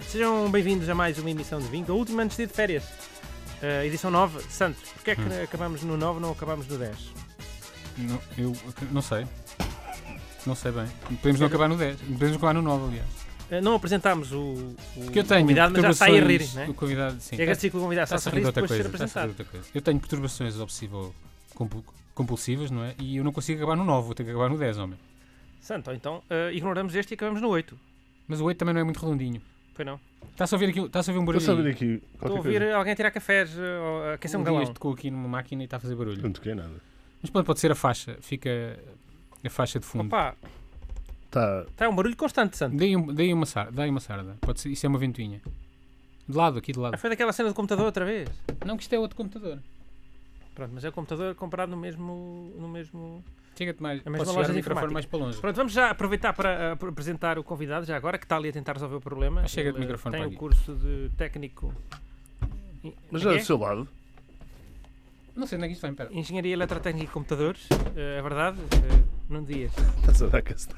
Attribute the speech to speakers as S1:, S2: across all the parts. S1: sejam bem-vindos a mais uma emissão de Vinho, a última antes de ir de férias. Eh, edição 9, Santos, porquê é que
S2: Hum.
S1: acabamos no 9 não acabamos no 10?
S2: Não, eu não sei. Não sei bem. Podemos não acabar no 10. Podemos não acabar no 9, aliás.
S1: Eh, não apresentámos o, o
S2: Porque eu tenho
S1: convidado, mas já está aí a rir,
S2: perturbações-
S1: não é?
S2: O convidado, sim.
S1: É agradecido que o convidado só
S2: Está-se
S1: se
S2: a rir
S1: rir
S2: de outra
S1: depois de ser
S2: coisa. está-se a rir
S1: apresentado.
S2: de outra coisa. Eu tenho perturbações obsessivo compu- compulsivas, não é? E eu não consigo acabar no 9, vou ter que acabar no 10, homem.
S1: Santo, então eh, ignoramos este e acabamos no 8.
S2: Mas o 8 também não é muito redondinho.
S1: Foi não?
S2: Está-se a ouvir, aquilo, está-se a ouvir um barulho?
S3: Estou a ouvir aqui
S1: Estou a
S3: qualquer
S1: ouvir
S3: coisa.
S1: alguém tirar cafés, eh, ou aquecer um
S2: um dia
S1: galão.
S2: este tocou aqui numa máquina e está a fazer barulho.
S3: Não toquei nada.
S2: Mas pronto, pode ser a faixa. Fica a faixa de fundo.
S1: Opa,
S3: Está.
S1: está um barulho constante, Santo.
S2: Dei, um, dei, uma sarda, dei uma sarda. Pode ser, isso é uma ventoinha. De lado, aqui de
S1: Ah,
S2: lado.
S1: foi daquela cena do computador outra vez.
S2: Não, que isto é outro computador.
S1: Pronto, mas é o computador comparado no mesmo. No mesmo...
S2: Chega-te mais.
S1: A mesma
S2: Posso
S1: É loja
S2: chegar o
S1: de
S2: microfone
S1: informática.
S2: mais para longe.
S1: Pronto, vamos já aproveitar para ah, por apresentar o convidado, já agora, que está ali a tentar resolver o problema.
S2: Ah, chega de
S1: Ele, eh,
S2: microfone
S1: Tem
S2: para
S1: o
S2: aqui.
S1: curso de técnico. em- é
S3: Mas
S1: em
S3: já é
S1: quê?
S3: do seu lado.
S2: Não sei onde é que isto vai, pera.
S1: Engenharia Eletrotécnica e Computadores, eh, é verdade? Eh, Num Dias.
S3: Estás a dar casta.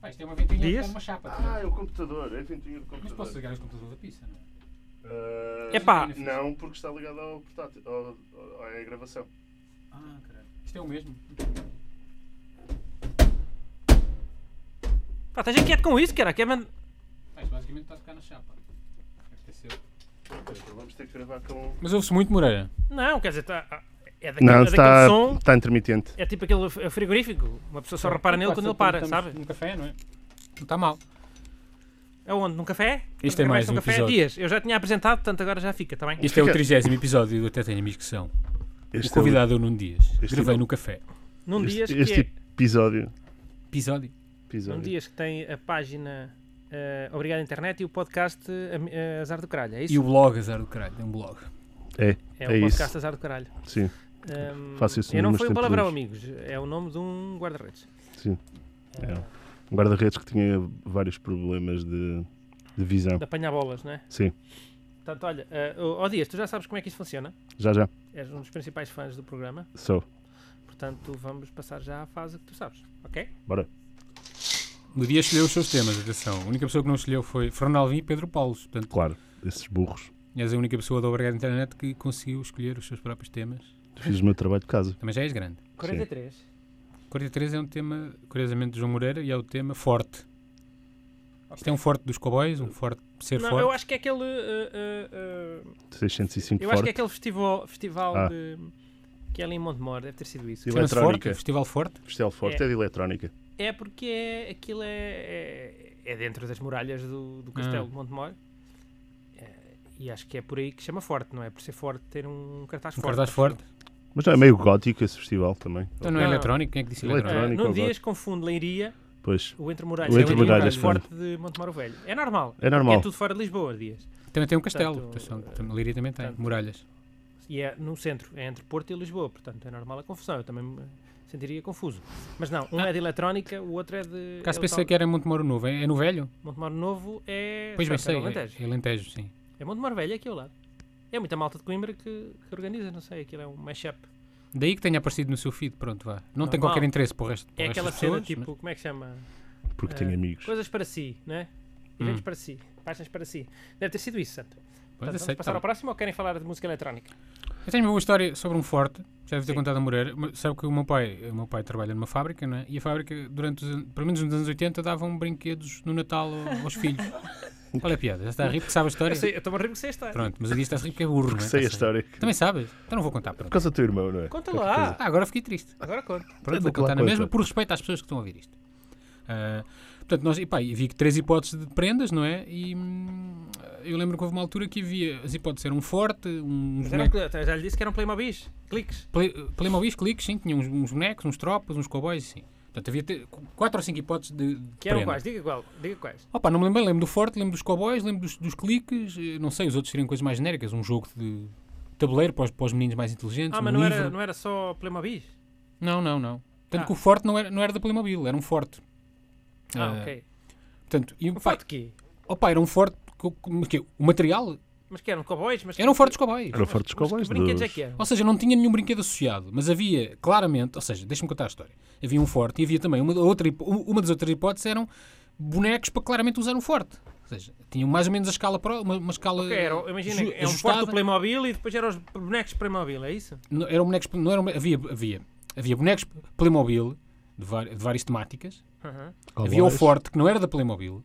S2: Ah, isto é uma ventoinha
S1: Dias?
S2: é uma chapa.
S3: Ah, é o computador. É ventinho do
S2: mas posso
S3: computador.
S2: ligar os computadores da pista, não é?
S3: Ah,
S1: Epá.
S3: Não, porque está ligado ao portátil. Ao, ao- à gravação.
S2: Ah, caralho. Isto é o mesmo.
S1: Pá, estás inquieto com isso, cara? Que é man...
S2: Ah, isto basicamente está a ficar na chapa. Aconteceu.
S3: Então vamos ter que gravar com.
S2: Mas ouve-se muito, Moreira.
S1: Não, quer dizer, tá, ah, é daquele, é
S3: Não,
S1: daquele
S3: está,
S1: som.
S3: está intermitente.
S1: É tipo aquele f- frigorífico. Uma pessoa
S2: Tá,
S1: só repara nele quando ele para, sabe?
S2: Um café, não é? Não está mal.
S1: Aonde? É Num café?
S2: Isto
S1: Quando
S2: é mais
S1: gravaste
S2: um
S1: café?
S2: episódio.
S1: Dias. Eu já tinha apresentado, portanto agora já fica, está bem?
S2: Este é o
S3: Fica-
S2: 30 episódio do Até Tenho Amigos que São.
S3: Este
S2: o convidado é o Nuno Dias.
S3: este
S2: Gravei
S3: é o-
S2: no café.
S1: Num
S3: é o- este,
S1: Dias
S3: este
S1: que é...
S3: episódio.
S2: Episódio.
S3: episódio.
S1: Num Dias que tem a página eh, Obrigado Internet e o podcast eh, Azar do Caralho, é isso?
S2: E o blog, azar do caralho. Tem um blog.
S3: É,
S1: É,
S3: é
S1: o
S3: isso.
S1: podcast Azar do Caralho.
S3: sim.
S1: Ahm,
S3: Faço isso
S1: eu não
S3: nos
S1: foi um
S3: tempos
S1: palavrão, amigos. É o nome de um guarda-redes.
S3: Um guarda-redes que tinha vários problemas de, de visão.
S1: De apanhar bolas, não é?
S3: Sim,
S1: Portanto, olha, eh, ó Dias, tu já sabes como é que isso funciona.
S3: já já.
S1: És um dos principais fãs do programa.
S3: Só.
S1: Portanto, vamos passar já à fase que tu sabes, ok?
S3: Bora.
S2: No dia escolheu os seus temas, atenção. A única pessoa que não escolheu foi Fernando Alvim e Pedro Paulos. Portanto,
S3: Claro, esses burros.
S2: és a única pessoa da Obrigado Internet que conseguiu escolher os seus próprios temas.
S3: Fiz o meu trabalho de casa.
S2: Também já és grande.
S1: 43.
S2: 43 é um tema, curiosamente, de João Moreira e é o tema forte. Isto é um forte dos cowboys, um forte ser
S1: Não,
S2: forte.
S1: eu acho que é aquele. eh, eh, eh,
S3: 605
S1: eu acho que é
S3: forte.
S1: aquele festival, festival
S3: Ah.
S1: de. que é ali em Montemor, deve ter sido isso.
S3: Sim.
S2: Chama-se
S3: eletrónica.
S2: forte, festival forte. um
S3: Castelo Forte é. de eletrónica.
S1: É porque é, aquilo é, é, é dentro das muralhas do, do castelo
S2: Ah.
S1: de Montemor. Eh, e acho que é por aí que chama forte, não é? Por ser forte ter um cartaz
S2: Um
S1: forte.
S2: cartaz forte.
S3: Mas não é meio gótico esse festival também.
S2: Então não é
S1: Não, não.
S2: eletrónico, quem é que disse
S1: Eh,
S2: eletrónico?
S3: Eletrónico.
S1: num
S3: ou
S1: dias confunde Leiria,
S3: Pois,
S1: o Entre Muralhas,
S3: O Entre
S1: é o
S3: Muralhas, claro.
S1: forte de Montemor o Velho. É normal.
S3: é
S1: porque
S3: normal.
S1: É tudo fora de Lisboa, Dias.
S2: Também tem um castelo.
S1: Portanto,
S2: atenção, também- Leiria também tem,
S1: portanto,
S2: muralhas.
S1: E é no centro, é entre Porto e Lisboa, portanto é normal a confusão. Eu também me sentiria confuso. Mas não,
S2: Ah.
S1: um é de eletrónica, o outro é de.
S2: Caso
S1: é o
S2: pensei
S1: tal-
S2: que era Montemoro Novo, é, é no velho?
S1: Montemor Novo é.
S2: Pois bem,
S1: Seca,
S2: sei,
S1: no
S2: é
S1: Alentejo.
S2: é Alentejo, sim.
S1: É Montemor Velho, é aqui ao lado. É muita malta de Coimbra que, que organiza, não sei, aquilo é um mashup.
S2: Daí que tenha aparecido no seu feed, pronto, vá. Não tem
S1: Normal.
S2: qualquer interesse para o resto para
S1: É
S2: o resto
S1: aquela
S2: das
S1: cena
S2: pessoas,
S1: tipo, como é que chama?
S3: Porque
S1: Eh,
S3: tem amigos.
S1: Coisas para si, né? Eventos
S2: Hum.
S1: para si, páginas para si. Deve ter sido isso, Santo.
S2: mas-
S1: Portanto,
S2: Pois,
S1: vamos
S2: aceito,
S1: tipo, passar
S2: tá
S1: ao próximo ou querem falar de música eletrónica?
S2: Eu tenho uma boa história sobre um forte, já devo ter
S1: Sim.
S2: contado a Moreira. mas Sabe que o meu pai, o meu pai trabalha numa fábrica, não é? E a fábrica, durante os, an- pelo menos nos anos 80, davam brinquedos no Natal ao- aos filhos. Olha a piada, já está a rir porque sabe a história.
S1: Eu sei, eu estou a rir que você está.
S2: Pronto, mas o dia está-se a rir porque é burro, não é?
S3: Sei a
S2: Está-se a rir.
S3: história.
S2: Também sabes? Então não vou contar,
S3: Por
S2: pronto.
S3: causa do teu irmão, não é?
S1: Conta lá,
S2: Ah, agora fiquei triste.
S1: agora conta.
S2: Pronto, vou
S3: Conta É lá,
S2: contar na mesma,
S3: conta.
S2: por respeito às pessoas que estão a ouvir isto. Ah, portanto, nós, epá, e vi que três hipóteses de prendas, não é? E hum, eu lembro que houve uma altura que havia, as hipóteses eram um forte, um
S1: Mas era um- eu já lhe disse que era um Playmobis, cliques.
S2: Play- Playmobil cliques, sim, tinha uns, uns bonecos, uns tropas, uns cowboys, sim. Portanto, havia te- qu- quatro ou cinco hipóteses de, de
S1: Que eram
S2: prenda.
S1: quais? Diga qual, diga quais.
S2: Opa, não me lembro bem, lembro do Forte, lembro dos cowboys, lembro dos, dos cliques, eh, não sei, os outros seriam coisas mais genéricas, um jogo de tabuleiro para os, para os meninos mais inteligentes,
S1: Ah,
S2: um
S1: mas não
S2: livro.
S1: era, não era só Playmobil?
S2: não... não, não, Tanto
S1: Ah.
S2: que o Forte não era, não era da Playmobil, era um Forte.
S1: Ah,
S2: Eh,
S1: ok.
S2: Portanto, e,
S1: Um
S2: pá,
S1: forte quê?
S2: opa, era um Forte, co- co- mas quê? o material
S1: Mas que eram cowboys? Mas
S2: era um Forte dos cowboys.
S3: Era o Forte dos
S1: mas
S3: Cowboys.
S1: Que brinquedos é
S3: Dos...
S1: que eram?
S2: Ou seja, não tinha nenhum brinquedo associado, mas havia claramente, ou seja, deixa-me contar a história. Havia um forte e havia também uma, outra, hipó- uma das outras hipóteses eram bonecos para claramente usar no forte. Ou seja, tinham mais ou menos a escala pro, uma, uma escala.
S1: Ok, era, imagina,
S2: ju-
S1: é um
S2: ajustada.
S1: forte do Playmobil e depois eram os bonecos de Playmobil, é isso?
S2: Não, eram bonecos, não eram, havia, havia, havia bonecos Playmobil de, vari- de várias temáticas.
S1: Aham.
S2: Havia
S3: um
S2: o Forte, que não era da Playmobil.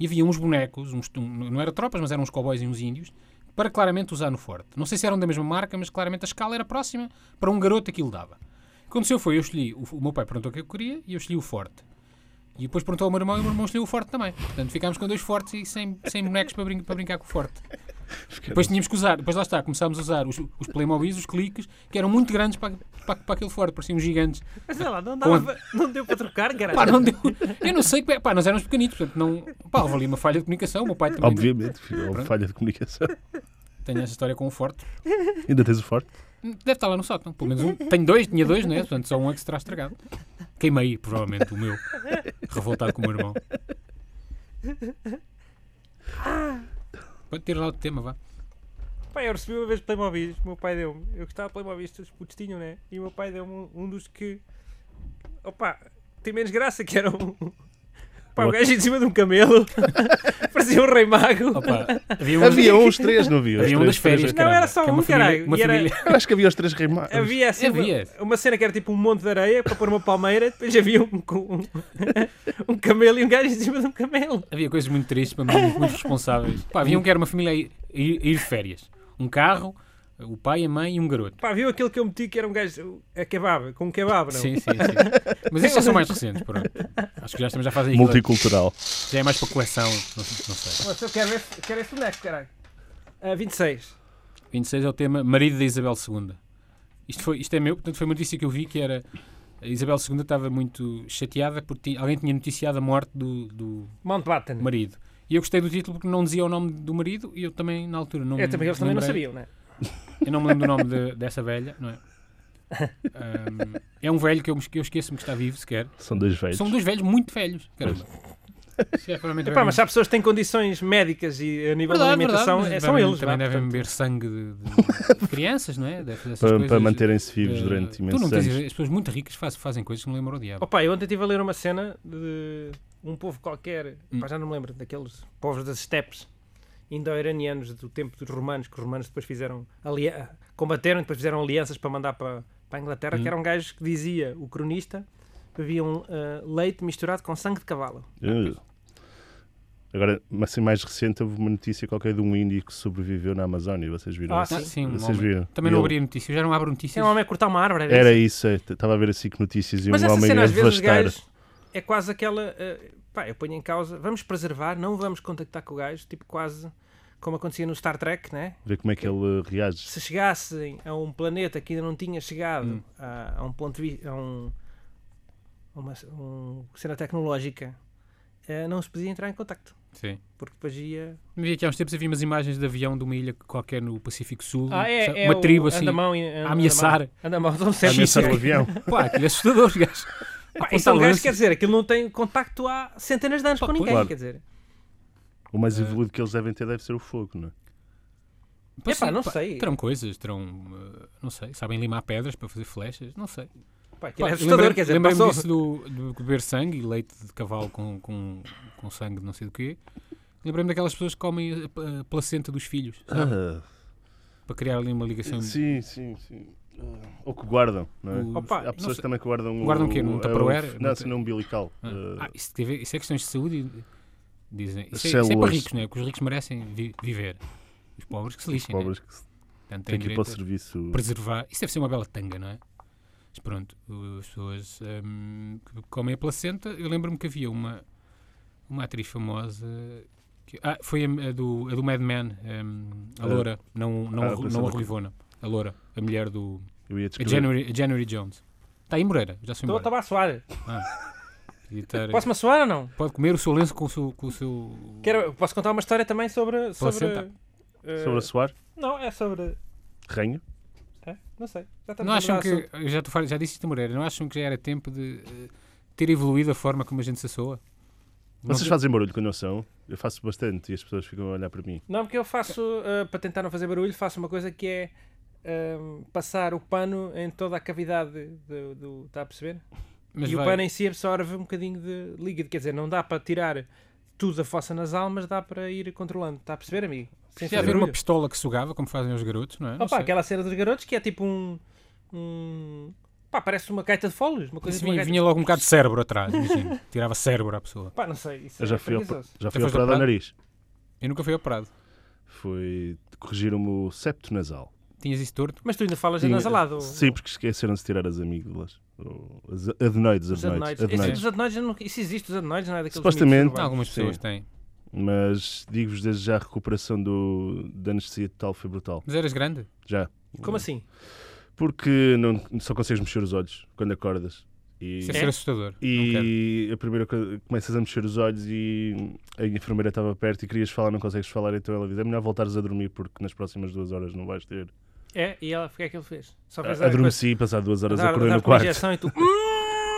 S2: E havia uns bonecos, uns, um- não eram tropas, mas eram uns cowboys e uns índios, para claramente usar no Forte. Não sei se eram da mesma marca, mas claramente a escala era próxima. Para um garoto aquilo dava. O que aconteceu foi, eu escolhi, o, o meu pai perguntou o que eu queria e eu escolhi o Forte. E depois perguntou ao meu irmão e o meu irmão escolheu o Forte também. Portanto, ficámos com dois Fortes e sem, sem bonecos para, brin- para brincar com o Forte. Depois tínhamos que usar, depois lá está, começámos a usar os, os Playmobis, os cliques, que eram muito grandes para, para, para aquele Forte, pareciam gigantes.
S1: Mas sei lá, não, dava, para- não deu para trocar, caralho.
S2: Pá, não deu. Eu não sei como é. Pá, nós éramos pequenitos, portanto, não. Pá, houve ali uma falha de comunicação. O meu pai também
S3: Obviamente, filho, houve falha de comunicação.
S2: tem essa história com o Forte.
S3: Ainda tens o forte?
S2: Deve estar lá no sótão, pelo menos um. Tenho dois, tinha dois, não é? Portanto, só um é que se terá estragado. Queimei, provavelmente, o meu. Revoltado com o meu irmão. Pode tirar lá o tema, vá.
S1: Pá, eu recebi uma vez Playmobil, o meu pai deu-me. Eu gostava de Playmobil, os putos tinham, né? E o meu pai deu-me um, um dos que. Opa, tem menos graça que era um. Pá, um
S3: Outro.
S1: gajo em cima de um camelo. Parecia um rei mago.
S2: Opa, havia um,
S3: Havia uns três, não havia? Os
S2: havia um
S3: três,
S2: das férias.
S3: três-
S1: Não, era só
S2: caramba, que é
S1: um,
S2: uma
S1: caralho,
S2: Uma
S1: e era-
S2: família.
S3: Eu acho que havia os três reimados.
S1: Havia assim uma-
S2: Havia.
S1: Uma, cena que era tipo um monte de areia, para pôr uma palmeira, depois havia um, com- um, camelo e um gajo em cima de um camelo.
S2: Havia coisas muito tristes para mim, muito responsáveis. Pá, havia um que era uma família a ir, a ir- a ir de férias. Um carro, o pai, a mãe e um garoto.
S1: Pá, viu aquele que eu meti que era um gajo a kebab, com um kebab, não?
S2: Sim, sim, sim. Mas esses já são mais recentes, pronto. Acho que já estamos já fazem aquilo.
S3: Multicultural.
S2: Já é mais para coleção, não, sei- não sei.
S1: Mas eu quero esse, quero esse boneco, caralho. Ah, 26.
S2: 26 é o tema Marido da Isabel II. Isto, foi, isto é meu, portanto foi uma notícia que eu vi que era... A Isabel II estava muito chateada porque ti- alguém tinha noticiado a morte do, do
S1: Mountbatten.
S2: marido. E eu gostei do título porque não dizia o nome do marido e eu também, na altura, não
S1: É, também, eles também não
S2: lembrei.
S1: sabiam, né?
S2: Eu não me lembro o nome de- dessa velha, não é? Ahm, é um velho que eu, me esque- eu esqueço-me que está vivo sequer.
S3: São dois velhos.
S2: São dois velhos muito velhos, caramba. Se é claramente
S1: Epá,
S2: velho.
S1: mas se há pessoas que têm condições médicas e a nível
S2: Verdade,
S1: de alimentação,
S2: verdade,
S1: é,
S2: mas
S1: são
S2: devem-
S1: eles.
S2: Também
S1: vá,
S2: devem
S1: portanto.
S2: beber sangue de, de- de crianças, não é? Deve fazer essas
S3: Para, para
S2: coisas,
S3: manterem-se vivos
S2: eh,
S3: durante
S2: Tu não
S3: imensos
S2: tens
S3: anos.
S2: ideia, as pessoas muito ricas faz- fazem coisas que não lembram o diabo.
S1: Opa, eu ontem estive a ler uma cena de um povo qualquer,
S2: Hum.
S1: pá, já não me lembro, daqueles povos das estepes indo-iranianos do tempo dos romanos, que os romanos depois fizeram, alia- combateram e depois fizeram alianças para mandar para, para a Inglaterra,
S2: Hum.
S1: que eram gajos que dizia, o cronista, bebiam ah, leite misturado com sangue de cavalo.
S3: Uh. Agora, mas assim mais recente, houve uma notícia qualquer de um índio que sobreviveu na Amazónia. Vocês viram?
S1: Ah,
S3: isso?
S2: Ah,
S1: sim.
S2: sim, um
S3: Vocês
S2: homem.
S3: viram?
S2: Também
S3: E
S2: não
S3: ele-
S2: abri notícias, já não abro
S1: É
S2: notícias.
S1: um homem a cortar uma árvore, era,
S3: Era
S1: isso?
S3: isso, é, t- estava a ver assim que notícias e
S1: Mas
S3: um
S1: essa
S3: homem
S1: cena,
S3: a
S1: às vezes, os
S3: devastar.
S1: gajos, é quase aquela. eh, pá, eu ponho em causa. Vamos preservar, não vamos contactar com o gajo, tipo quase como acontecia no Star Trek, né?
S3: Ver como é que ele uh, reage.
S1: Se chegassem a um planeta que ainda não tinha chegado a, a um ponto de vista. a um, a uma um, cena tecnológica, eh, não se podia entrar em contacto.
S2: Sim.
S1: Porque depois ia.
S2: Vi aqui há uns tempos havia umas imagens de avião de uma ilha qualquer no Pacífico Sul.
S1: Ah, é,
S2: Hum. sabe?
S1: é
S2: uma
S1: o
S2: tribo assim.
S1: Andamão e- Andamão-
S2: ameaçar.
S1: Andamão, são
S3: A
S1: sempre
S3: ameaçar o
S1: isso.
S3: avião.
S2: Pá, aquilo é assustador, os gajos. então
S1: Pá,
S2: Apontar
S1: e são
S2: lanças.
S1: gajos, é um quer dizer, aquilo não tem contacto há centenas de anos
S2: Pá,
S1: com
S2: pois.
S1: ninguém,
S3: Claro.
S1: quer dizer.
S3: O mais evoluído que eles devem ter deve ser o fogo, não é?
S2: Pois
S1: Epá,
S2: sim,
S1: não sei.
S2: Terão coisas, terão. eh, não sei, sabem limar pedras para fazer flechas, não sei.
S1: Pá, aquilo
S2: Pá,
S1: é assustador,
S2: lembrei-
S1: quer dizer,
S2: lembrei-me
S1: passou.
S2: disso do, de beber sangue e leite de cavalo com, com, com sangue de não sei do quê. Lembrei-me daquelas pessoas que comem a, a placenta dos filhos sabe? para criar ali uma ligação.
S3: Ah, sim, sim, sim. Ah, ou que guardam, não é?
S2: O- Ah,
S1: Opa,
S3: Há
S2: não
S3: pessoas
S2: sei.
S3: também que guardam. o-
S2: Guardam o quê? Num
S3: é
S2: Tupperware?
S3: o-
S2: Não
S3: Não,
S2: tem-
S3: não, umbilical.
S2: Ah,
S3: Ah,
S2: isso, tem a ver- isso é questões de saúde, dizem. Isso é,
S3: Células.
S2: isso é para ricos, não é? Que os ricos merecem vi- viver. Os pobres que se lixem.
S3: pobres que se-
S2: Né? Portanto, têm
S3: têm que ir para
S2: direito
S3: o
S2: a
S3: serviço.
S2: preservar. Isso deve ser uma bela tanga, não é? Mas pronto, o- as pessoas hum, que comem a placenta. Eu lembro-me que havia uma, uma atriz famosa. Que, ah, foi a, a do, a do Mad Men, hum, a
S3: Ah.
S2: Loura, não, não,
S3: Ah,
S2: a, Ru- não
S3: pensava
S2: a
S3: que-
S2: Ruivona, a Loura, a mulher do.
S3: Eu ia
S2: A
S3: descrever.
S2: January, a January Jones. Está aí, Moreira, já sou
S1: Estou,
S2: embora.
S1: estava a suar.
S2: Podia estar-
S1: Posso-me suar ou não?
S2: Pode comer o seu lenço com o seu. Com o seu...
S1: Quero, posso contar uma história também sobre. sobre
S2: Placenta?
S1: eh,
S3: Sobre a suar,
S1: Não, é sobre.
S3: ranho.
S1: é? Não sei. Já estamos
S2: Não
S1: a
S2: acham
S1: mudar
S2: que. eu Já, estou a falar- já disse isto, Moreira. Não acham que já era tempo de eh, ter evoluído a forma como a gente se assoa? Não
S3: Vocês
S2: te-
S3: fazem barulho quando não são? Eu faço bastante e as pessoas ficam a olhar para mim.
S1: Não, porque eu faço, eh, para tentar não fazer barulho, faço uma coisa que é ehm, passar o pano em toda a cavidade do. do está a perceber?
S2: Mas
S1: e
S2: vai-
S1: o pano em si absorve um bocadinho de líquido. Quer dizer, não dá para tirar tudo da fossa nasal, mas dá para ir controlando. Está a perceber, amigo? Sem
S2: Se
S1: fazer
S2: haver uma
S1: barulho.
S2: pistola que sugava, como fazem os garotos, não é? Não
S1: Opa,
S2: sei.
S1: aquela cena dos garotos que é tipo um. um... Pá, parece uma gaita de folhas. Uma coisa de
S2: Isso
S1: uma
S2: vinha,
S1: gaita-
S2: vinha logo um bocado de cérebro atrás, imagino. Tirava cérebro à pessoa.
S1: Pá, não sei. Isso
S3: Eu já
S1: é
S3: fui, oper-
S1: preguiçoso.
S3: já
S2: Até
S3: fui
S2: foste
S3: operado ao
S2: operado?
S3: nariz.
S2: Eu nunca fui operado.
S3: Foi. corrigiram-me o septo nasal.
S2: Tinhas isso torto?
S1: Mas tu ainda falas
S3: Tinha-
S1: anasalado.
S3: Sim, porque esqueceram-se de tirar as amígdalas. Ou As adenoides,
S1: Os
S3: adenoides.
S1: adenoides. Esse- é
S3: adenoides.
S1: Os adenoides, eu nunca- isso existe, os adenoides, não é daqueles
S3: Supostamente-
S1: mitos,
S3: Bem,
S2: Algumas
S3: sim.
S2: pessoas têm.
S3: Mas digo-vos desde já a recuperação do, da anestesia total foi brutal.
S2: Mas eras grande?
S3: Já.
S1: Como assim?
S3: Porque não, só consegues mexer os olhos quando acordas. E,
S2: Isso é
S1: É?
S2: ser assustador. Não quero.
S3: e a primeira coisa, começas a mexer os olhos e a enfermeira estava perto e querias falar, não consegues falar, então ela diz: é melhor voltares a dormir porque nas próximas duas horas não vais ter.
S1: É, e ela, o que é que ele fez? Só fez a
S3: Adormeci e passado duas horas
S1: coisa- dar-
S3: acordei no
S1: dar-te uma
S3: quarto.
S1: injeção e tu-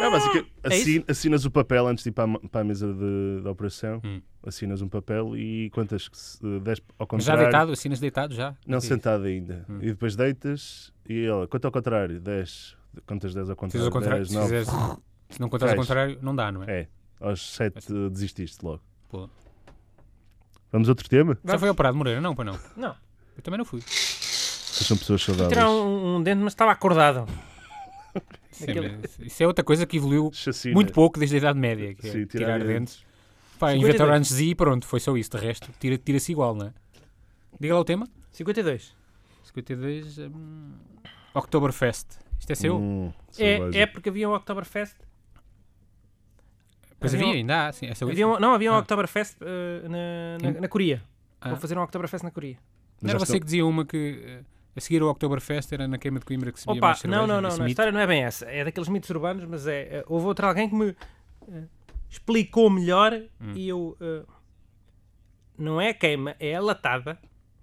S3: Não, assim- basicamente,
S1: É isso?
S3: assin- assinas o papel antes de ir para a, ma- para a mesa de, da operação,
S2: Hum.
S3: assinas um papel e quantas que se- dez ao
S2: Mas já
S3: contrário.
S2: deitado, assinas deitado já?
S3: Não
S2: Sim.
S3: sentado ainda. E depois deitas e ela, quanto ao contrário, 10. Quantas 10 ao
S2: Fizes
S3: contrário?
S2: ao contrário.
S3: Dez,
S2: Se,
S3: nove.
S2: fizeres, se não contares ao
S3: Dez.
S2: contrário, não dá, não é?
S3: É. Aos 7 desististe logo.
S2: Pô.
S3: Vamos a outro tema?
S2: Já foi operado, Moreira? Não, pois não.
S1: Não.
S2: Eu também não fui.
S3: Vocês são pessoas saudáveis.
S1: Tirar um, um dente, mas estava acordado.
S2: Sim,
S1: Aquele-
S2: mas Isso é outra coisa que evoluiu
S3: Chacina.
S2: muito pouco desde a Idade Média. Que é
S3: Sim,
S2: tirar,
S3: tirar
S2: dentes.
S3: dentes.
S2: Pá,
S1: 52.
S2: inventaram anestesia e pronto, foi só isso. De resto, tira- tira-se igual, não é? Diga lá o tema.
S1: 52.
S2: 52. Hum... Oktoberfest. Isto é seu?
S3: Hum,
S1: É,
S3: cerveja.
S1: é porque havia um Oktoberfest.
S2: Pois havia, ainda há. Sim, é só isso.
S1: Havia um- não, havia um
S2: Ah.
S1: Oktoberfest eh, na, na,
S2: Em-
S1: na Coreia.
S2: Ah.
S1: Vou fazer um Oktoberfest na Coreia.
S2: Não
S3: Mas
S2: era
S3: já
S2: você
S3: estão-
S2: que dizia uma que eh, a seguir ao Oktoberfest era na queima de Coimbra que se via
S1: Opa,
S2: mais cerveja,
S1: não, não, não,
S2: esse
S1: não, a
S2: mito.
S1: história não é bem essa. É daqueles mitos urbanos, mas é. eh, houve outro alguém que me eh, explicou melhor
S2: Hum.
S1: e eu. eh, não é queima, é a latada,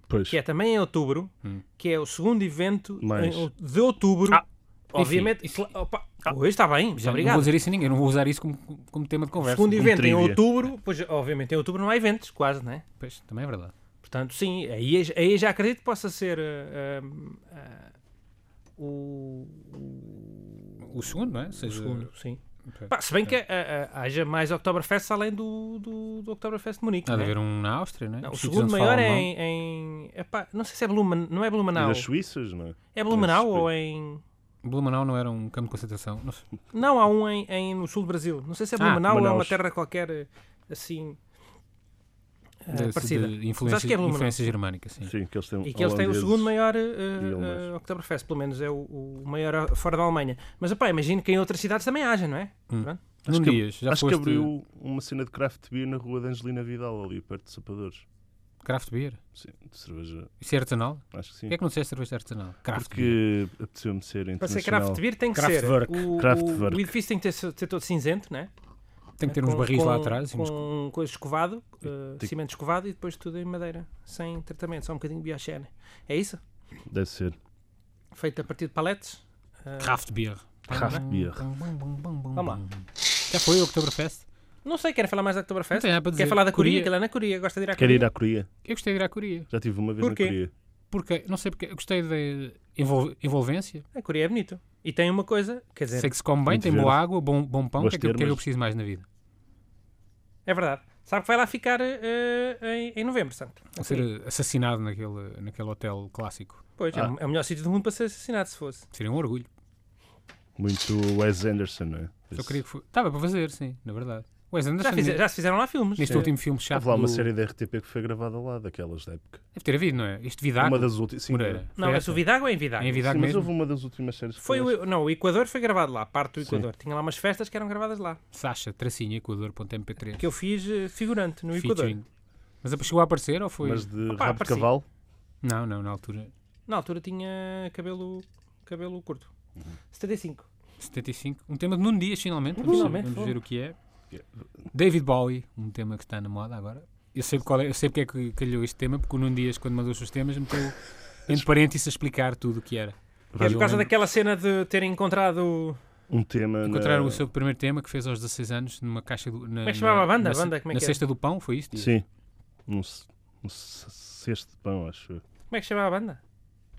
S3: Pois.
S1: que é também em outubro,
S2: Hum.
S1: que é o segundo evento em
S3: Mais.
S1: ou- de outubro.
S2: Ah,
S1: obviamente.
S2: enfim,
S1: cla- opa, hoje está Ah, tá bem, muito
S2: ah, Já não
S1: obrigado.
S2: vou dizer isso a ninguém, não vou usar isso como, como tema de conversa.
S1: segundo evento em
S3: trivia.
S1: outubro, pois obviamente em outubro não há eventos, quase, não é?
S2: Pois, também é verdade.
S1: Portanto, sim, aí, aí já acredito que possa ser eh, eh, eh, o,
S2: O segundo, não é? Ou seja,
S1: segundo, sim.
S2: ok.
S1: Pá, se bem que eh, eh, haja mais Oktoberfest além do, do, do Oktoberfest de Munique.
S2: Há de
S1: né?
S2: haver um na Áustria, não é?
S1: Não, o
S2: Os sítios
S1: segundo
S2: onde se fala
S1: maior é
S2: alemão.
S1: em. em- epá, não sei se é Blumen, não é
S3: E
S1: Blumenau.
S3: das Suíças, não é?
S1: É Blumenau
S3: Desses-
S1: ou em.
S2: Blumenau não era um campo de concentração. Não sei.
S1: Não, há um em, em- no sul do Brasil. Não sei se é
S2: Ah,
S1: Blumenau ou é uma
S3: Manaus.
S1: terra qualquer eh, assim. eh,
S2: De-
S1: parecida.
S2: de
S1: Mas acho que
S2: influência,
S1: é Blumenau.
S2: influência germânica, sim.
S3: Sim, que eles têm
S1: E que eles têm o
S3: holandeses.
S1: segundo maior eh,
S3: holandeses.
S1: eh, Oktoberfest, pelo menos é o, o maior eh, fora da Alemanha. Mas epá, imagino que em outras cidades também haja, não é? Pronto.
S2: Num
S3: que-
S2: dias, já
S3: Acho
S2: foste
S3: que abriu uma cena de craft beer na rua da Angelina Vidal, ali perto de Sapadores.
S2: craft beer?
S3: Sim, de cerveja,
S2: Isso é artesanal?
S3: acho que sim.
S2: Porquê é que não disseste cerveja artesanal? Craft beer.
S3: Porque apeteceu-me
S1: Para
S3: ser
S1: ser
S3: internacional.
S1: craft beer tem que ser.
S2: Kraftwerk.
S1: O,
S3: Kraftwerk.
S1: o, o edifício tem que ter, ter todo cinzento, não é?
S2: Tem que ter uns
S1: Com-
S2: barris lá
S1: com-
S2: atrás. e
S1: Com
S2: uns-
S1: coisa escovado, eh,
S3: tem-
S1: cimento escovado e depois tudo em madeira, sem tratamento, só um bocadinho de bioxene. É isso?
S3: Deve ser.
S1: Feito a partir de paletes. eh,
S2: Craft beer.
S3: Craft beer.
S1: Vamos lá.
S2: Já foi o Oktoberfest?
S1: Não sei, querem falar mais da
S2: Não
S1: Oktoberfest?
S2: tem nada para dizer.
S1: Quer falar da Coreia?
S2: Coreia.
S1: Que ela é na Coreia, gosta de ir à
S3: Quero
S1: Coreia.
S3: ir à Coreia.
S2: Eu gostei de ir à Coreia.
S3: Já tive uma vez
S1: Porquê?
S3: na Coreia.
S2: Porque, não sei porque, eu gostei da envol- envolvência.
S1: A Coreia é bonito. E tem uma coisa, quer dizer,
S2: Sei que se come bem,
S3: É Muito
S2: tem
S3: verde.
S2: boa água, bom, bom pão,
S3: Boas
S2: que é aquilo que eu
S3: termas.
S2: preciso mais na vida.
S1: é verdade. Sabe que vai lá ficar eh, em, em novembro, santo.
S2: Ou ser assassinado naquele, naquele hotel clássico.
S1: Pois, é,
S3: Ah.
S1: o- é o melhor sítio do mundo para ser assassinado, se fosse.
S2: Seria um orgulho.
S3: Muito Wes Anderson, não é?
S2: Eu queria que fosse. Estava para fazer, sim, na verdade. Wes Anderson,
S1: Já, fize- já se fizeram lá filmes.
S2: neste
S1: Eh,
S2: último filme chato,
S3: Houve lá uma
S2: do-
S3: série da RTP que foi gravada lá, daquelas da época.
S2: deve ter havido, não é? Este Vidago,
S3: Uma das últimas. Sim,
S2: Moreira.
S3: era.
S1: Não,
S2: Foi
S1: mas
S2: essa?
S1: o Vidago é em Vidago.
S2: Em Vidago
S3: Sim, mas
S2: mesmo?
S3: houve uma das últimas séries que
S1: Foi
S3: foi. esta.
S1: o, não, o Equador foi gravado lá, parte do Equador. Tinha lá umas festas que eram gravadas lá.
S2: Sasha, tracinho, equador.mp3.
S1: Que eu fiz eh, figurante no Equador.
S2: Featuring. Mas a- chegou a aparecer ou foi?
S3: Mas de
S1: Opa,
S3: rabo de
S1: parecia.
S3: cavalo.
S2: Não, não, na altura.
S1: Na altura tinha cabelo, cabelo curto.
S2: Uhum.
S1: 75.
S2: 75. Um tema de Nuno Dias, finalmente. Vamos,
S1: Finalmente,
S2: vamos
S1: foi.
S2: ver o que é. David Bowie, um tema que está na moda agora. Eu sei, qual é, eu sei porque é que calhou este tema, porque o Nuno Dias, quando mandou os seus temas, meteu entre parênteses a explicar tudo o que era.
S1: É por causa
S2: Eu lembro-
S1: daquela cena de terem encontrado.
S3: Um tema.
S2: Encontraram
S3: na...
S2: o seu primeiro tema que fez aos 16 anos numa caixa do. Na,
S1: Como é que se chamava a banda?
S2: Na,
S1: A
S2: ce-
S1: banda, como é
S2: na
S1: que é?
S2: cesta do pão, foi isto?
S3: Sim. Um, ce- um ce- cesto de pão, acho eu.
S1: Como é que se chamava a banda?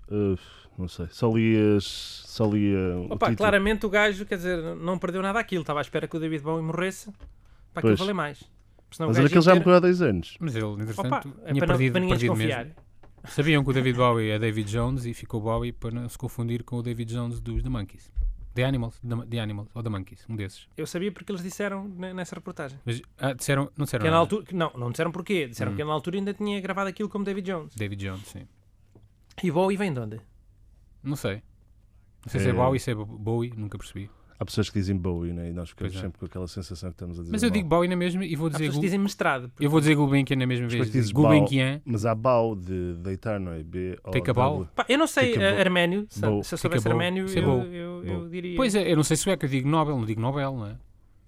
S3: Uh, não sei. Só li, as, só li uh, o
S1: Opa,
S3: título.
S1: claramente o gajo, quer dizer, não perdeu nada aquilo. Estava à espera que o David Bowie morresse para aquilo
S3: Pois.
S1: valer mais. Porque
S2: é um
S1: senão o
S3: Mas
S1: gajo
S3: aquele
S1: ia
S3: já
S1: ter-
S3: morreu há 10 anos.
S2: Mas ele,
S1: Opa,
S2: entretanto,
S1: é
S2: tinha
S1: para, não,
S2: perdido,
S1: para ninguém
S2: perdido
S1: desconfiar.
S2: mesmo. Sabiam que o David Bowie é David Jones e ficou Bowie para não se confundir com o David Jones dos The Monkeys. The Animals, The, The Animals ou The Monkeys, um desses.
S1: Eu sabia porque eles disseram ne- nessa reportagem.
S2: Mas ah, Hum. disseram, não disseram
S1: Que é na
S2: nada.
S1: altura, que não, não disseram porquê. Disseram que ele na altura ainda tinha gravado aquilo como David Jones.
S2: David Jones, sim.
S1: E Bowie vem de onde?
S2: Não sei. Não sei se é
S3: É.
S2: Bowie, se é Bo- Bowie, nunca percebi.
S3: Há pessoas que dizem Bowie, né? E nós ficamos
S2: Pois é.
S3: sempre com aquela sensação que estamos a dizer.
S2: Mas é eu
S3: mal.
S2: digo Bowie na mesma e vou
S1: As
S2: dizer,
S1: pessoas
S2: Gu-
S1: dizem mestrado.
S2: eu vou dizer Gulbenkian na mesma
S3: Depois
S2: vez.
S3: dizes
S2: Gulbenkian,
S3: bau, Mas há Bau de deitar, não é? B -O
S2: Take a bow.
S1: Pá, eu não sei
S3: Fica
S1: eh,
S3: bom.
S1: arménio. Se,
S3: Bom.
S1: se eu
S2: Fica
S1: soubesse
S2: bom.
S1: arménio,
S2: Isso é
S1: eu,
S2: bom.
S1: eu-
S3: Bom.
S1: eu diria.
S2: pois é, eu não sei sueco, eu digo Nobel, não digo Nobel, não é?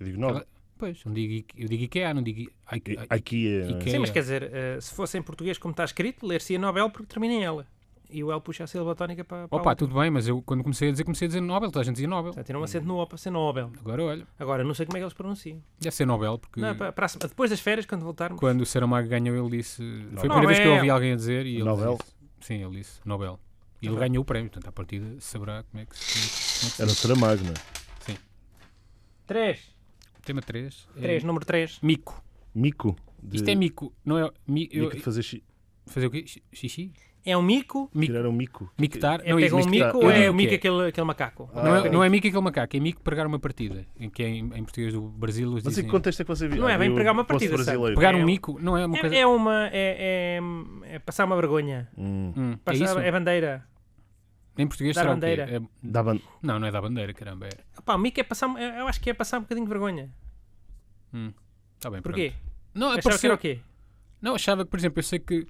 S3: Eu digo não.
S2: Pois, não digo, Ike- eu digo IKEA, não digo I- I- I-
S3: Aqui é. não é?
S2: Ikea.
S1: Sim, mas quer dizer, eh, se fosse em português como está escrito, ler-se-ia Nobel porque termina em ela. E o L puxa a sílaba tónica para. para a
S2: Opa,
S1: outra.
S2: tudo bem, mas eu quando comecei a dizer, comecei a dizer Nobel, toda a gente dizia Nobel.
S1: Portanto, tiram um acento no O para ser Nobel.
S2: Agora olha,
S1: Agora, não sei como é que eles pronunciam.
S2: deve ser Nobel, porque
S1: Não, para- para a semana- depois das férias, quando voltarmos.
S2: Hum. quando o Saramago ganhou ele disse... Foi a
S1: Nobel.
S2: primeira vez que eu ouvi alguém a dizer e ele
S3: Nobel.
S2: disse... Sim, ele disse Nobel. E ele ganhou o prémio, portanto, à partida saberá como é que se... Como é que se
S3: Era o Saramago, não é?
S1: 3.
S2: diz. Tema 3.
S1: três número 3.
S2: Mico.
S3: Mico. De,
S2: Isto é mico, não é... Mi, eu-
S3: Mico de fazer xixi.
S2: fazer o quê? Xi- Xixi?
S1: É um mico?
S2: Mico.
S3: Tirar um mico.
S2: Mictar?
S1: É
S2: não,
S1: pegar um
S2: existe.
S1: mico
S3: Eu
S1: ou é
S2: digo
S1: o mico
S2: que é.
S1: aquele, aquele macaco?
S3: Ah,
S2: Não é,
S3: ok.
S2: não é mico aquele macaco, é mico pregar uma partida, em que é em, em português do Brasil eles
S3: Mas em
S2: dizem...
S3: que contexto é que você viu?
S1: Não é
S3: Ah,
S1: bem
S3: eu
S1: pregar uma
S3: posso
S1: partida, sabe?
S3: brasileiro.
S2: Pegar
S1: É
S2: um
S1: um-
S2: mico não é uma coisa...
S1: É, é uma. É, é- é passar uma vergonha.
S3: Hum.
S2: Hum, é
S1: Passar-
S2: isso?
S1: é bandeira.
S2: Em português
S1: Da
S2: será o quê?
S1: bandeira.
S2: É-
S3: Dá ban-
S2: Não, não é da bandeira, caramba. É...
S1: Opa, o mico é passar. Eu eu acho que é passar um bocadinho de vergonha.
S2: Tá bem,
S1: Porquê?
S2: pronto. Não,
S1: Achava que era
S2: apareceu...
S1: o quê?
S2: Não, achava que, por exemplo, eu sei que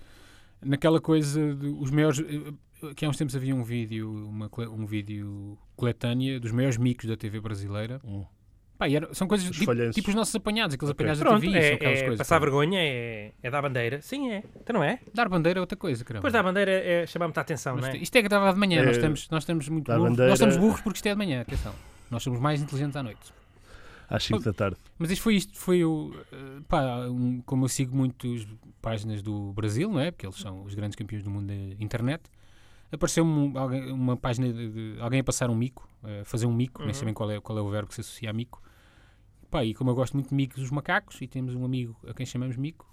S2: naquela coisa dos maiores... eh, Que há uns tempos havia um vídeo, uma, cole- um vídeo coletânea dos maiores micos da TV brasileira.
S3: Hum.
S2: Pá, e era- são coisas
S3: Os
S2: tipo,
S3: falhanços.
S2: tipo os nossos apanhados, aqueles
S3: Ok.
S2: apanhados
S1: Pronto,
S2: da TV,
S1: é,
S2: são aquelas
S1: é
S2: coisas.
S1: passar
S2: pá.
S1: vergonha é, é dar bandeira. Sim, é. Então não é?
S2: Dar bandeira é outra coisa, caramba.
S1: Depois da bandeira é chamar muita atenção,
S2: Nós
S1: não é?
S2: te- Isto é que dava de manhã, nós,
S3: É,
S2: estamos, nós estamos muito
S3: dar
S2: burros.
S3: bandeira-
S2: Nós estamos burros porque isto é de manhã, atenção. Nós somos mais inteligentes à noite.
S3: Às 5 da tarde.
S2: Mas isto foi isto, foi o. eh, Pá, um- como eu sigo muitas páginas do Brasil, não é? Porque eles são os grandes campeões do mundo da internet. Apareceu-me um- alguém- uma página de, de alguém a passar um mico, a fazer um mico, nem sei bem qual é, qual é o verbo que se associa a mico. Pá, e como eu gosto muito de micos dos macacos, e temos um amigo a quem chamamos mico,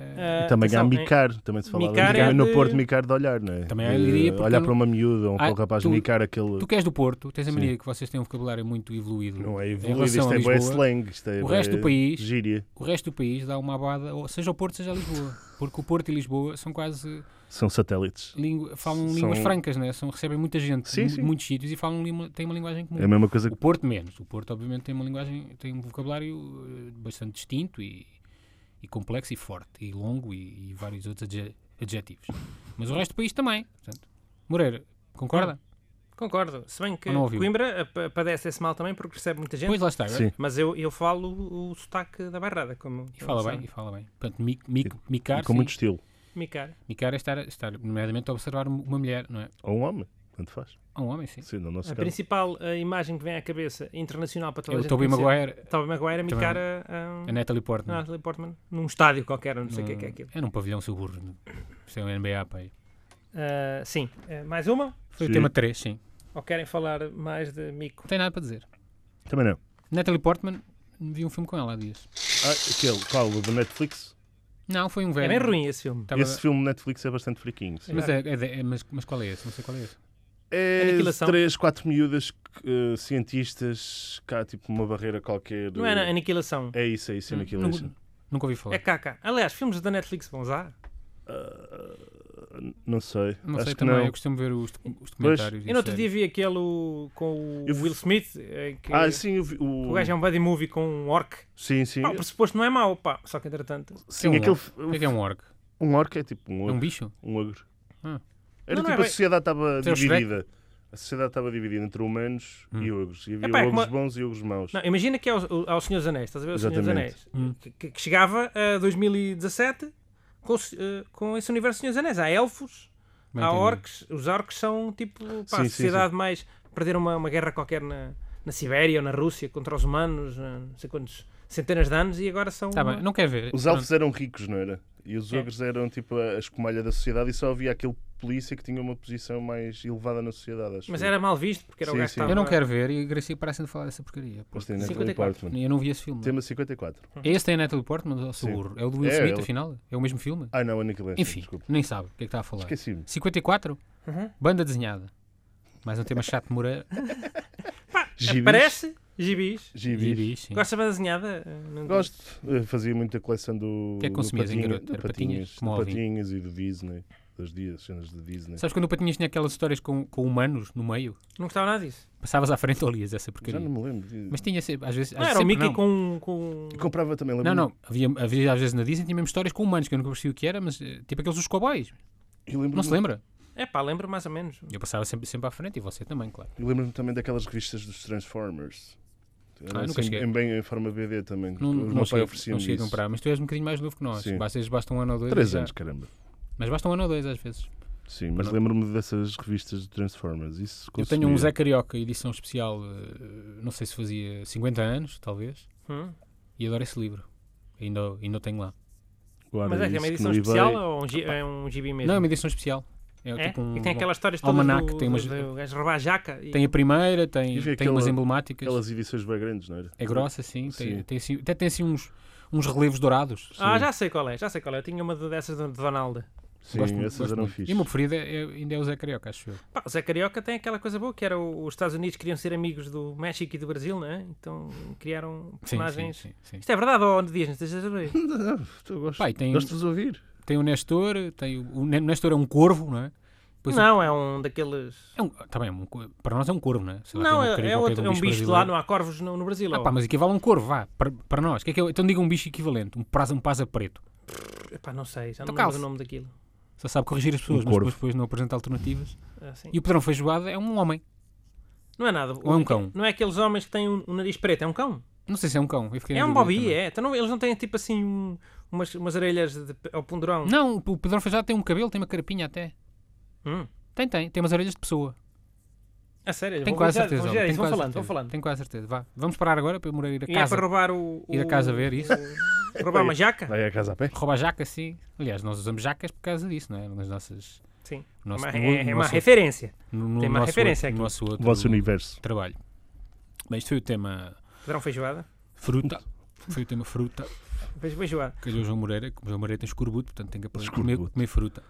S1: Ah,
S3: Também
S1: atenção,
S3: há
S1: é-
S3: micar, também se falava.
S1: Micar
S2: é
S3: no
S1: de-
S3: Porto, micar de olhar, não é?
S2: Também há
S3: De
S2: alegria, porque
S3: Olhar
S2: eu-
S3: para um é uma miúda ou
S2: Ah,
S3: para o rapaz
S2: tu-
S3: micar aquele.
S2: Tu que és do Porto, tens a
S3: Sim.
S2: mania que vocês têm um vocabulário muito evoluído.
S3: Não é
S2: em
S3: evoluído,
S2: relação
S3: isto
S2: a
S3: é bué
S2: Lisboa.
S3: slang. Isto é
S2: O resto
S3: bué
S2: do país-
S3: Gíria.
S2: O resto do país dá uma abada, ou seja o Porto, seja a Lisboa. Porque o Porto e Lisboa são quase.
S3: São satélites.
S2: língua- falam
S3: São-
S2: línguas francas, né? são, recebem muita gente
S3: Sim,
S2: mu-
S3: sim.
S2: muitos sítios e falam, lima- têm uma linguagem comum.
S3: É a mesma coisa
S2: O
S3: que.
S2: Porto menos. O Porto, obviamente, tem uma linguagem, tem um vocabulário eh, bastante distinto e, e complexo e forte e longo e, e vários outros adje- adjetivos. Mas o resto do país também. Portanto, Moreira, concorda?
S1: Ah, é. Concordo. Se bem que
S2: Ou não ouviu?
S1: Coimbra ah, pa- padece esse mal também porque recebe muita gente.
S2: Pois lá está. agora.
S3: Sim.
S1: Mas eu, eu falo o, o sotaque da barrada, como.
S2: E fala bem, e fala bem. Portanto, mi, mi, micar,
S3: Com
S2: sim.
S3: muito estilo.
S1: Micar.
S2: micar é estar, estar, nomeadamente, a observar uma mulher, não é?
S3: Ou um homem. Tanto faz.
S2: Ou um homem, sim.
S3: Sim, no nosso
S1: A
S3: caso.
S1: principal ah, imagem que vem à cabeça internacional para toda
S2: É
S1: a
S2: o
S1: gente
S2: Toby
S1: conhecer-
S2: Maguire,
S1: Tobey Maguire a
S2: Também. É
S1: micar a, a-
S2: a Natalie Portman.
S1: a Natalie Portman num estádio qualquer, eu não sei o que é que é aquilo.
S2: É num pavilhão seu burro. Isso é um NBA, pai.
S1: Ah, sim, Ah, mais uma?
S2: Foi o
S3: Sim.
S2: tema 3, sim.
S1: Ou querem falar mais de mico?
S2: Não tem nada para dizer.
S3: Também não.
S2: Natalie Portman, vi um filme com ela há dias.
S3: Ah, aquele, qual? O do Netflix?
S2: Não, foi um velho.
S1: É bem ruim esse filme.
S2: Tava-
S3: Esse filme Netflix é bastante friquinho. sim.
S2: Mas, é, é de- é- mas, mas qual é esse? Não sei qual é esse.
S3: É
S1: Aniquilação.
S3: três, quatro miúdas eh, cientistas, cá tipo uma barreira qualquer.
S1: Não é na Aniquilação.
S3: É isso, é isso, é
S2: Hum.
S3: Aniquilation.
S2: Nunca, nunca ouvi falar.
S1: É caca. Aliás, filmes da Netflix vão usar.
S3: Não sei.
S2: não
S3: acho
S2: sei
S3: que
S2: também,
S3: não.
S2: eu costumo ver os, docu- os documentários. e
S1: Eu no outro dia
S2: séries.
S1: vi aquele o- com o
S3: Eu vi-
S1: Will Smith, eh, que
S3: Ah, sim, eu vi- o.
S1: o gajo é um buddy movie com um orc.
S3: Sim, sim.
S1: Pá, o pressuposto não é mau, pá. Só que entretanto.
S3: sim
S2: é um
S3: aquele.
S2: orc. O que é que é um orc?
S3: Um orc é tipo um
S2: É um
S3: ogro.
S2: bicho?
S3: Um ogro.
S2: Ah.
S3: Era
S1: Não, não
S3: tipo
S1: é
S3: a
S1: bem-
S3: sociedade estava
S2: Tem o Shrek. Hum.
S3: dividida. A sociedade estava dividida entre humanos e ogros. E havia
S1: Epá, é
S3: ogros
S1: como-
S3: bons e ogros maus.
S1: Não, imagina que é ao, ao Senhor dos Anéis, estás a ver? O Senhor dos
S3: Exatamente.
S1: Anéis.
S2: Hum.
S1: Que- Que, que chegava a 2017 com, o se- eh, com esse universo do Senhor dos Anéis. Há elfos,
S2: Bem
S1: há
S2: entendido.
S1: orcs. Os orcs são tipo pá,
S3: Sim,
S1: a
S3: sim,
S1: sociedade mais. Perderam uma, uma guerra qualquer na, na Sibéria ou na Rússia contra os humanos, eh, não sei quantos centenas de anos, e agora são.
S2: Tá
S1: uma-
S2: bem, não quer ver.
S3: Os
S2: Pronto.
S1: É.
S3: elfos eram ricos, não era? E os ogros eram tipo a a escumalha da sociedade e só havia aquele polícia que tinha uma posição mais elevada na sociedade. Acho
S1: Mas
S3: eu.
S1: era mal visto porque era o
S3: Sim,
S1: gajo
S3: sim.
S1: que estava
S2: Eu não
S1: lá.
S2: quero ver e a Gracia parece-me falar dessa porcaria.
S3: Mas
S2: porque
S3: tem é Natalie
S1: 54.
S3: Portman.
S2: Eu não vi esse filme.
S3: Tema 54.
S2: É esse tem a Natalie Portman, ou sou
S3: Sim.
S2: burro? É o do Will
S3: É,
S2: Smith,
S3: ele-
S2: afinal? É o mesmo filme?
S3: Ah, não, é Nicolas.
S2: Enfim,
S3: Desculpa.
S2: nem sabe o que é que está a falar.
S3: Esqueci-me.
S2: 54?
S1: Uhum.
S2: Banda desenhada. Mais um tema chato de Moreira.
S1: Pá,
S3: Gibis.
S1: Aparece É, gibis.
S3: Gibi.
S2: Gibis, sim.
S1: Gosta de banda desenhada? eh, Não-
S3: Gosto. Eu fazia muita coleção do.
S2: O que é que
S3: do
S2: consumias em
S3: Patinha-
S2: garoto?
S3: do
S2: Era
S3: Patinhas,
S2: patinhas?
S3: do
S2: Como ouvem?
S3: Patinhas e do Disney. Das dias, cenas de Disney.
S2: Sabes quando o Patinhas tinha aquelas histórias com, com humanos no meio?
S1: Não gostava nada disso.
S2: Passavas à frente ou lias essa
S3: Já
S2: porcaria.
S3: não me lembro.
S2: um Mas tinha sempre, às vezes.
S1: Não,
S2: às-
S1: Ah, era o
S2: sempre
S1: Mickey
S2: não.
S1: com. um, com...
S3: E comprava também, lembro
S2: Não, não. Havia, havia às vezes na Disney tinha mesmo histórias com humanos que eu nunca percebi o que era, mas eh, tipo aqueles dos cowboys.
S3: Eu lembro
S2: Não se lembra?
S1: É pá, lembro mais ou menos.
S2: Eu passava sempre, sempre à frente e você também, claro.
S3: Eu lembro-me também daquelas revistas dos Transformers. Era assim,
S2: Ah, nunca cheguei.
S3: em, bem em forma BD também.
S2: Não,
S3: o
S2: não,
S3: meu pai
S2: cheguei,
S3: oferecia-me
S2: não cheguei a
S3: isso.
S2: comprar, mas tu és um bocadinho mais novo que nós.
S3: Sim.
S2: Basta, basta um ano ou dois.
S3: Três
S2: e já-
S3: anos, caramba.
S2: Mas basta um ano ou dois às vezes.
S3: Sim, mas
S2: Não.
S3: lembro-me dessas revistas de Transformers. Isso
S2: Eu tenho um
S3: consumia.
S2: Zé Carioca, edição especial, eh, não sei se fazia 50 anos, talvez,
S1: Hum.
S2: e adoro esse livro. Ainda, ainda o tenho lá.
S3: Guarda
S1: Mas é que é uma
S3: isso, que
S1: edição
S3: no
S1: especial
S3: eBay-
S1: ou um gi- é um gibi mesmo?
S2: Não, é uma edição especial. É,
S1: É?
S2: tipo um.
S1: E tem aquelas histórias todas
S2: almanac,
S1: do,
S2: tem umas-
S1: do, do gajo roubar a jaca. E...
S2: tem a primeira, tem,
S3: E
S2: tem
S3: vê aquela-
S2: umas emblemáticas.
S3: Aquelas edições bem grandes, não era?
S2: É grossa, sim.
S3: Sim.
S2: Tem, tem assim- até tem assim uns, uns relevos dourados.
S1: Ah, já sei qual é, já sei qual é. Eu tinha uma de- dessas de Donald.
S3: Sim,
S2: Gosto muito,
S3: essas
S2: gosto
S3: eram
S2: muito.
S3: fixe.
S2: E o meu preferido é- é- ainda é o Zé Carioca, acho eu.
S1: Pá, o Zé Carioca tem aquela coisa boa que era o- os Estados Unidos queriam ser amigos do México e do Brasil, não é? Então criaram
S2: Sim, sim,
S1: personagens.
S2: sim, sim.
S1: Isto é verdade, ou Andy Dias, não estejas a ver?
S3: Não, não, eu gosto,
S2: Pá, e tem-
S3: gosto de os ouvir.
S2: Tem o Nestor, tem o, o Ne- Nestor é um corvo, não é? Pois é.
S1: Não, é um daqueles.
S2: é um, tá bem, é um co- para nós é um corvo, não é? Sei lá,
S1: Não,
S2: tem um
S1: é,
S2: carioca
S1: é outro, é um bicho lá,
S2: brasileiro.
S1: não há corvos no, no Brasil.
S2: Ah,
S1: ó.
S2: pá, mas equivale a um corvo, vá, para, para nós. Que é que é- então diga um bicho equivalente, um praza, um paza preto.
S1: Epá, não sei, já não
S2: Então
S1: lembro
S2: calça.
S1: o nome daquilo.
S2: Só sabe corrigir as pessoas, mas
S3: Um corvo.
S2: depois, depois não apresenta alternativas.
S1: É assim.
S2: E o Pedrão Feijoada é um homem,
S1: Não é nada.
S2: ou é um cão?
S1: Não é aqueles homens que têm um, um nariz preto, é um cão.
S2: Não sei se é um cão. eu fiquei na
S1: é um
S2: dúvida
S1: bobi,
S2: também.
S1: é. Então, não- eles não têm tipo assim um- umas, umas orelhas de, de- ao ponderão.
S2: Não, o Pedrão Feijoada tem um cabelo, tem uma carapinha até.
S1: Hum.
S2: Tem, tem, tem umas orelhas de pessoa.
S1: A sério, vou
S2: Tenho quase
S1: já- vou
S2: certeza.
S1: já-
S2: homem, tenho
S1: vão
S2: quase
S1: falando, vão
S2: certeza.
S1: falando.
S2: Tenho quase certeza. Vá, vamos parar agora para eu morar ir a
S1: E é
S2: casa.
S1: para roubar o.
S2: Ir a
S1: o-
S2: casa ver isso?
S1: o- roubar uma jaca?
S3: Vai à casa a pé.
S2: Rouba a jaca, sim. Aliás, nós usamos jacas por causa disso, não é? Nas nossas.
S1: Sim.
S2: no Nosso,
S1: Uma-
S2: no-
S1: é,
S2: no
S1: é uma
S2: nosso-
S1: referência.
S2: no- no
S1: tem uma
S2: nosso
S1: referência
S2: outro-
S1: aqui.
S2: no nosso
S3: O
S2: outro
S3: vosso universo.
S2: trabalho. Bem, isto foi o tema
S1: Pedrão feijoada.
S2: fruta. Foi o tema fruta.
S1: Feijo- Feijoada.
S2: Que é o João Moreira, como o João Moreira tem escorbuto, portanto tem que aprender a comer,
S3: Escorbuto.
S2: comer fruta.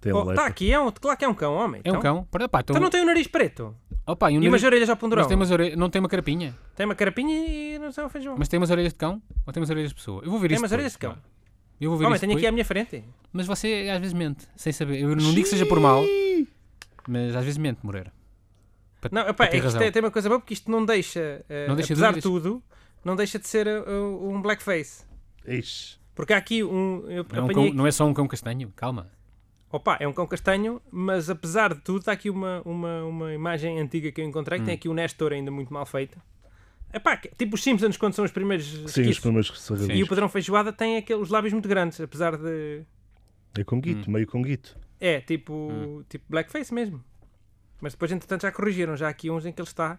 S3: Tem
S1: Oh,
S3: letra.
S1: tá aqui, é um, claro que é um cão, homem.
S2: É um cão. Pera, pá, então,
S1: Então não tem o nariz preto.
S2: Opa, e um
S1: E umas
S2: nariz-
S1: orelhas ao
S2: mas
S1: ponderão.
S2: tem umas ore- não tem uma carapinha,
S1: Tem uma carapinha e não sei o feijão.
S2: mas tem umas orelhas de cão ou tem umas orelhas de pessoa. Eu vou ver
S1: Tem
S2: isso.
S1: umas orelhas de
S2: depois,
S1: cão.
S2: pá. Eu vou ver
S1: Homem,
S2: isso
S1: tenho aqui à
S2: depois,
S1: minha frente.
S2: Mas você às vezes mente, sem saber. Eu não digo que seja por mal, mas às vezes mente, Moreira. Para-
S1: Não,
S2: para
S1: epá, é
S2: ter
S1: que isto
S2: razão.
S1: tem, tem uma coisa boa porque isto não deixa, eh,
S2: Não deixa
S1: apesar de
S2: dúvidas.
S1: tudo, não deixa de ser eh, um blackface.
S3: Ixi.
S1: Porque há aqui um. Eu
S2: Não é, um
S1: apanhei
S2: cão-
S1: aqui-
S2: não é só um cão castanho, calma.
S1: Opa, é um cão castanho, mas apesar de tudo, há aqui uma, uma, uma imagem antiga que eu encontrei
S2: Hum.
S1: que tem aqui o Nestor ainda muito mal feito. Epá, que- tipo os Simpsons quando são os primeiros
S3: Sim, os
S1: esquiços.
S3: primeiros
S1: E
S3: sarradinhos.
S1: o padrão feijoada tem aqueles lábios muito grandes, apesar de.
S3: É com guito,
S2: Hum.
S3: meio com guito.
S1: É, tipo, tipo blackface mesmo. Mas depois, entretanto, já corrigiram. Já há aqui uns em que ele está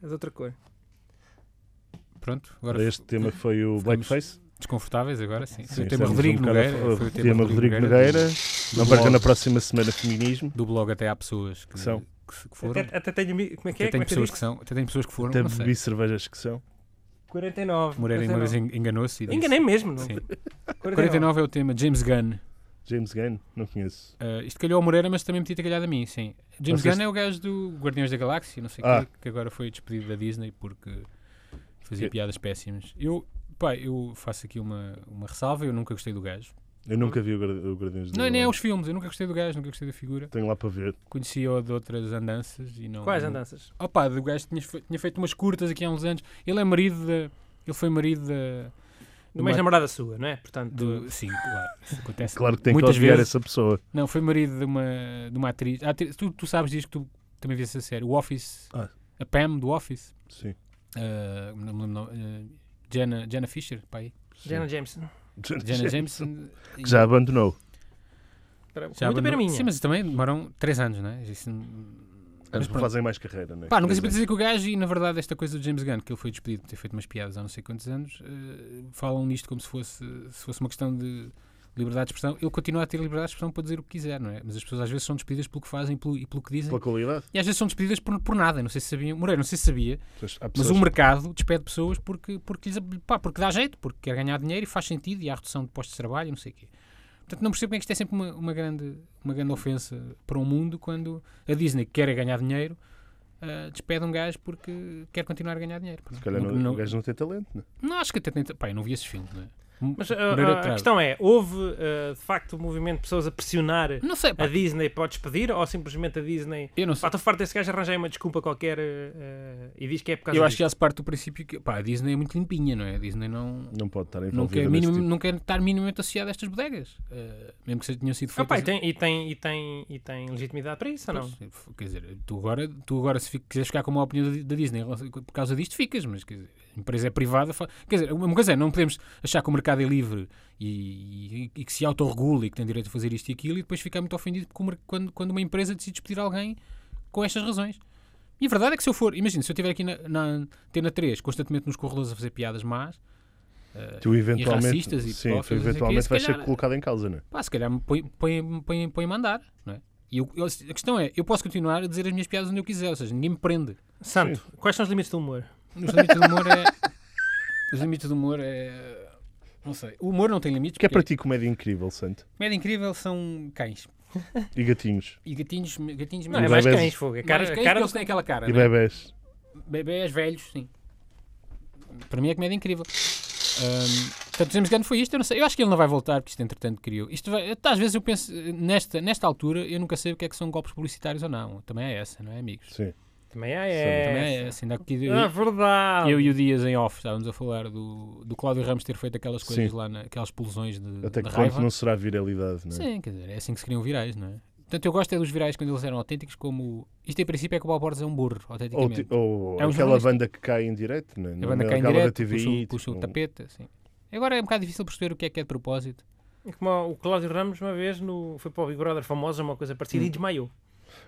S1: de outra cor.
S2: Pronto, agora
S3: Ora, Este tema foi o Blackface.
S2: desconfortáveis agora sim.
S3: Sim,
S2: o tema
S3: estamos
S2: Rodrigo
S3: um bocado a
S2: Nogueira.
S3: falar-
S2: foi o tema
S3: tema Rodrigo Nogueira. Não perca
S2: blog.
S3: na próxima semana feminismo.
S2: Do, do blog até há pessoas que,
S3: Que são.
S2: que se- que foram.
S1: Até, até tenho. mi- Como é que
S2: Até
S1: é?
S2: tem
S1: Como é que eu
S2: pessoas que
S1: disse?
S2: são, até tem pessoas que foram,
S3: Até
S2: não sei.
S3: bebi cervejas que são.
S1: 49.
S2: Moreira uma vez
S1: 49.
S2: en- enganou-se e disse.
S1: Enganei mesmo. Não?
S2: Sim.
S1: 49.
S2: 49 é o tema James Gunn.
S3: James Gunn, não conheço.
S2: Ah, isto calhou ao Moreira, mas também me tinha calhado a mim, sim. James
S3: Vocês-
S2: Gunn é o gajo do Guardiões da Galáxia, não sei o
S3: Ah.
S2: quê, que agora foi despedido da Disney porque fazia
S3: Que-
S2: piadas péssimas. Eu, pá, eu faço aqui uma, uma ressalva, eu nunca gostei do gajo.
S3: Eu nunca vi o Guardi- o Guardiões do
S2: Não, nem é os filmes, eu nunca gostei do gajo, nunca gostei da figura.
S3: Tenho lá para ver.
S2: Conhecia-o de outras andanças e não...
S1: Quais
S2: não-
S1: andanças?
S2: Opa, do gajo tinha, fe- tinha feito umas curtas aqui há uns anos. Ele é marido da... Ele foi marido da...
S1: Do mais
S2: Uma-
S1: namorada sua, não é? Portanto,
S2: do- sim, claro. Isso acontece
S3: Claro que tem que
S2: muitas
S3: odiar
S2: vezes.
S3: essa pessoa.
S2: Não, foi marido de uma, de uma atriz. a atri- tu, tu sabes disso que tu também viste essa série. O Office.
S3: Ah.
S2: A Pam do Office.
S3: Sim.
S2: Ah, não me lembro o nome. ah, Jenna, Jenna Fisher, pai.
S3: sim.
S1: Jenna Jameson.
S2: Jenna Jameson.
S3: Que já abandonou.
S1: Para- com
S2: já
S1: muita pena
S2: abandonou-
S1: minha.
S2: Sim, mas também demoram 3 anos, não é? Isso-
S3: Mas
S2: mas pronto.
S3: fazem mais carreira, não é?
S2: Pá, nunca se
S3: Por
S2: pode
S3: exemplo.
S2: dizer que o gajo, e na verdade, esta coisa do James Gunn, que ele foi ah, despedido por ter feito umas piadas há não sei quantos anos, eh, falam nisto como se fosse, se fosse uma questão de liberdade de expressão, ele continua a ter liberdade de expressão para dizer o que quiser, não é? Mas as pessoas às vezes são despedidas pelo que fazem pelo- e pelo que dizem.
S3: Pela qualidade.
S2: E às vezes são despedidas por, por nada, não sei se sabiam. Moreira, não sei se sabia,
S3: Pois, há
S2: mas
S3: pessoas-
S2: o mercado despede pessoas porque, porque, lhes, pá, porque dá jeito, porque quer ganhar dinheiro e faz sentido e há redução de postos de trabalho e não sei o quê. Portanto, não percebo como é que isto é sempre uma, uma grande, uma grande ofensa para o mundo quando a Disney, que quer é ganhar dinheiro, ah, despede um gajo porque quer continuar a ganhar dinheiro.
S3: Se calhar não, o gajo não tem talento, né?
S2: Não, acho que até tenta. Pá, eu não vi esses filmes, não é?
S1: Mas ah,
S2: Moreira
S1: ah, a
S2: Trave.
S1: questão é, houve ah, de facto o movimento de pessoas a pressionar
S2: Não sei, pá.
S1: a Disney para o despedir ou simplesmente a Disney...
S2: Eu não
S1: É Pá, tá,
S2: sei.
S1: estou farto desse gajo arranjar uma desculpa qualquer ah, e diz que é por causa
S2: Eu acho
S1: disso.
S2: que já se parte do princípio que. Pá, a Disney é muito limpinha, não é? A Disney não.
S3: não pode estar
S2: Não
S3: envolvido
S2: quer,
S3: nesse
S2: minim-
S3: tipo.
S2: não quer é estar minimamente associado a estas bodegas. Eh, mesmo que se tenham sido
S1: Ah, pá,
S2: feitas.
S1: e, tem, e, tem, e, tem, e tem legitimidade para isso ou não?
S2: Pois, Quer dizer, tu agora, tu agora se fi- quiseres ficar com uma opinião da, da Disney em relação- por causa disto, ficas, mas quer dizer, a empresa é privada. fa- Quer dizer, uma coisa é, não podemos achar que o mercado é livre e, e- e que se autorregula e que tem direito a fazer isto e aquilo e depois ficar muito ofendido porque o mer- quando, quando uma empresa decide despedir alguém com estas razões. E a verdade é que se eu for, imagina, se eu estiver aqui na, na Antena 3 constantemente nos corredores a fazer piadas más,
S3: Tu eventualmente,
S2: racistas e
S3: sim,
S2: pedófilos,
S3: tu
S2: não sei o quê,
S3: eventualmente
S2: se
S3: vais ser
S2: calhar-
S3: colocado em causa, né?
S2: pá, se calhar me põe, põe, põe, põe a mandar, não é? E eu- eu- a questão é, eu posso continuar a dizer as minhas piadas onde eu quiser, ou seja, ninguém me prende.
S1: Santo, quais são os limites do humor?
S2: Os limites do humor é... Os limites do humor é... Não sei. O humor não tem limites.
S3: Que é
S2: porque
S3: para ti comédia incrível, Santo.
S2: Comédia incrível são cães.
S3: E gatinhos.
S2: E gatinhos... gatinhos
S1: Não,
S3: E
S1: é
S2: mesmo.
S1: mais
S3: bebés.
S1: cães, fogo. É
S2: Mais
S1: cara,
S2: cães
S1: cara
S2: porque eles têm aquela cara,
S3: E
S2: não é?
S3: bebés.
S2: Bebés velhos, sim. Para mim é comédia incrível. Ahm, portanto, o James Gunn foi isto, eu não sei. Eu acho que ele não vai voltar, porque isto entretanto criou. Isto vai- eu, às vezes eu penso, eh, nesta, nesta altura, eu nunca sei o que é que são golpes publicitários ou não. Também é essa, não é, amigos?
S3: Sim.
S1: Também é.
S2: Também é
S1: é.
S2: essa. Ainda há bocadinho-
S1: Ah, verdade.
S2: eu e o Dias em off estávamos a falar do, do Cláudio Ramos ter feito aquelas coisas
S3: Sim.
S2: lá, na, aquelas explosões de,
S3: Até
S2: de
S3: que
S2: raiva.
S3: ponto não será viralidade, né?
S2: Sim, quer dizer, é assim que se criam virais, não é? Portanto, eu gosto é dos virais quando eles eram autênticos, como... Isto em princípio é que o Balbordes é um burro,
S3: Ou,
S2: autenticamente.
S3: ti- ou
S2: É um
S3: aquela
S2: jornalista.
S3: banda que cai em direto, né?
S2: A banda
S3: Na
S2: cai em
S3: gala da
S2: direto,
S3: TVI,
S2: puxa, o- puxa o
S3: tipo,
S2: tapete, assim. Agora é um bocado difícil perceber o que é que é de propósito.
S1: Como o Cláudio Ramos uma vez no, foi para o Big Brother famosa, uma coisa parecida, e desmaiou.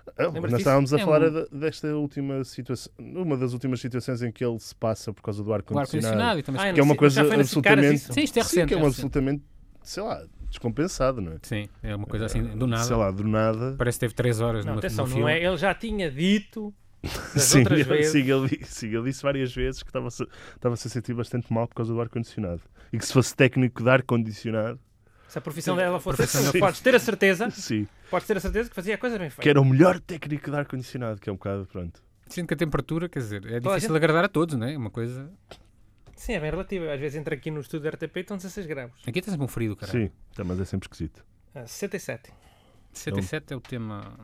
S3: Ah,
S1: Lembras
S3: nós
S1: disso?
S3: estávamos a
S2: É
S3: falar
S2: um-
S3: de- desta última situação, uma das últimas situações em que ele se passa por causa do
S2: O
S3: ar-condicionado.
S2: ar-condicionado e também...
S1: Ah,
S3: que é uma
S1: Já
S3: coisa
S1: foi nas caras
S3: absolutamente-
S1: isso?
S2: Sim, isto é
S3: Sim,
S2: recente.
S3: que é
S2: é
S3: um
S2: recente.
S3: absolutamente, sei lá, descompensado, não é?
S2: Sim, é uma coisa assim, do nada.
S3: Sei lá, do nada.
S2: Parece que teve 3 horas
S1: Não,
S2: no,
S1: atenção,
S2: no
S1: não
S2: filme.
S1: é? Ele já tinha dito das
S3: Sim,
S1: outras
S3: ele-
S1: vezes.
S3: sim, ele, di- sim, ele disse várias vezes que estava-se estava a sentir bastante mal por causa do ar-condicionado. E que se fosse técnico de ar-condicionado,
S1: Se a profissão dela fosse
S3: Profissão
S1: essa,
S3: dele.
S1: podes ter a certeza,
S3: sim,
S1: podes ter a certeza que fazia a coisa bem feita.
S3: que era o melhor técnico de ar-condicionado, que é um bocado, pronto.
S2: Sendo que a temperatura, quer dizer, é
S1: Olha.
S2: difícil de agradar a todos, não é? É Uma coisa...
S1: Sim, é bem relativa. Às vezes entra aqui no estúdio da RTP e estão 16 graus.
S2: Aqui está sempre um frio, cara.
S3: Sim, tá, mas é sempre esquisito.
S1: Ah, 67.
S2: 77
S3: um-
S2: é o tema.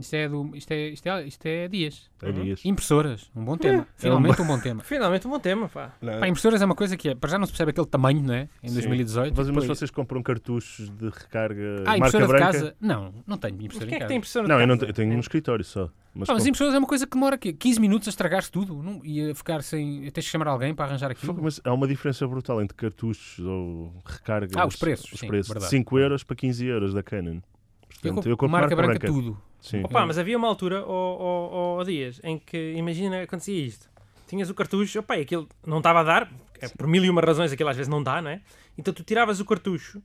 S2: Isto é, do, isto é, isto é, isto é dias.
S3: É dias.
S2: Impressoras, um bom
S3: É,
S2: tema. Finalmente um bom tema.
S1: Finalmente um bom tema, pá.
S3: Não,
S2: Pá, impressoras é uma coisa que é, para já não se percebe aquele tamanho, não é? Em
S3: Sim.
S2: 2018.
S3: Mas, mas
S2: depois-
S3: vocês compram cartuchos de recarga
S2: Ah,
S3: marca
S2: impressora de
S3: branca?
S2: casa? Não, não tenho
S1: Mas
S2: impressora
S1: quem é que
S2: em casa.
S1: tem impressão de
S3: Não, eu, não
S1: casa?
S3: te- eu tenho um escritório só. Mas,
S2: Pá, mas
S3: compro-
S2: impressoras é uma coisa que demora aqui 15 minutos a estragar-se tudo não? e a ficar sem. Tens de chamar alguém para arranjar
S3: Fogo,
S2: aquilo.
S3: mas há uma diferença brutal entre cartuchos ou recargas.
S2: Ah, os preços,
S3: Os
S2: sim,
S3: preços. De
S2: verdade.
S3: 5 euros para 15 euros da Canon.
S2: Eu
S3: Portanto,
S2: compro
S3: eu compro
S2: marca branca, tudo.
S3: Sim.
S1: Opa, mas havia uma altura, ou dias, em que, imagina, acontecia isto. Tinhas o cartucho, opa, e aquilo não estava a dar, é, por mil e uma razões aquilo às vezes não dá, não é? Então tu tiravas o cartucho,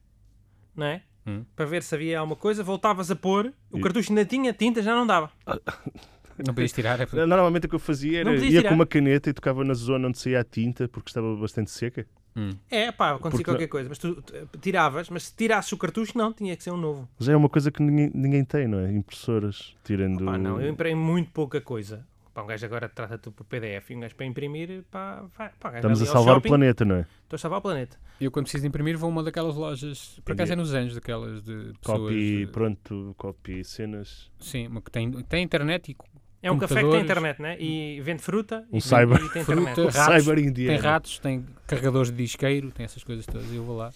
S1: não é?
S2: Hum.
S1: Para ver se havia alguma coisa, voltavas a pôr, o
S3: E-
S1: cartucho ainda tinha tinta, já não dava.
S2: Não podias tirar. É...
S3: Não, Normalmente o que eu fazia
S1: Não
S3: era
S1: podias
S3: ia
S1: tirar?
S3: com uma caneta e tocava na zona onde saía a tinta porque estava bastante seca.
S1: É, pá, acontecia
S3: Porque-
S1: qualquer coisa, mas tu tu, eh, tiravas, mas se tirasses o cartucho, não, tinha que ser um novo.
S3: Já é uma coisa que ninguém, ninguém tem, não é? Impressoras, tirando.
S1: Pá, não, eu imprimo muito pouca coisa. Pá, um gajo agora trata-te por PDF e um gajo para imprimir, pá, vai, pá, um gajo
S3: Estamos a
S1: ali ao
S3: salvar o
S1: shopping,
S3: planeta, não é?
S1: Estou a salvar o planeta.
S2: Eu, quando preciso de imprimir, vou a uma daquelas lojas. Por acaso é nos Anjos, daquelas de pessoas.
S3: Copy,
S1: eh,
S2: de-
S3: pronto, copy cenas.
S2: Sim, uma que tem, tem internet e
S1: É um café que tem
S2: Computadores.
S1: internet, né? E vende fruta
S3: Um
S1: e,
S3: cyber.
S1: vende, e tem internet.
S2: fruta, ratos,
S3: Cyber
S2: Tem
S3: Indiana.
S2: ratos, tem carregadores de disqueiro, tem essas coisas todas. Eu vou lá.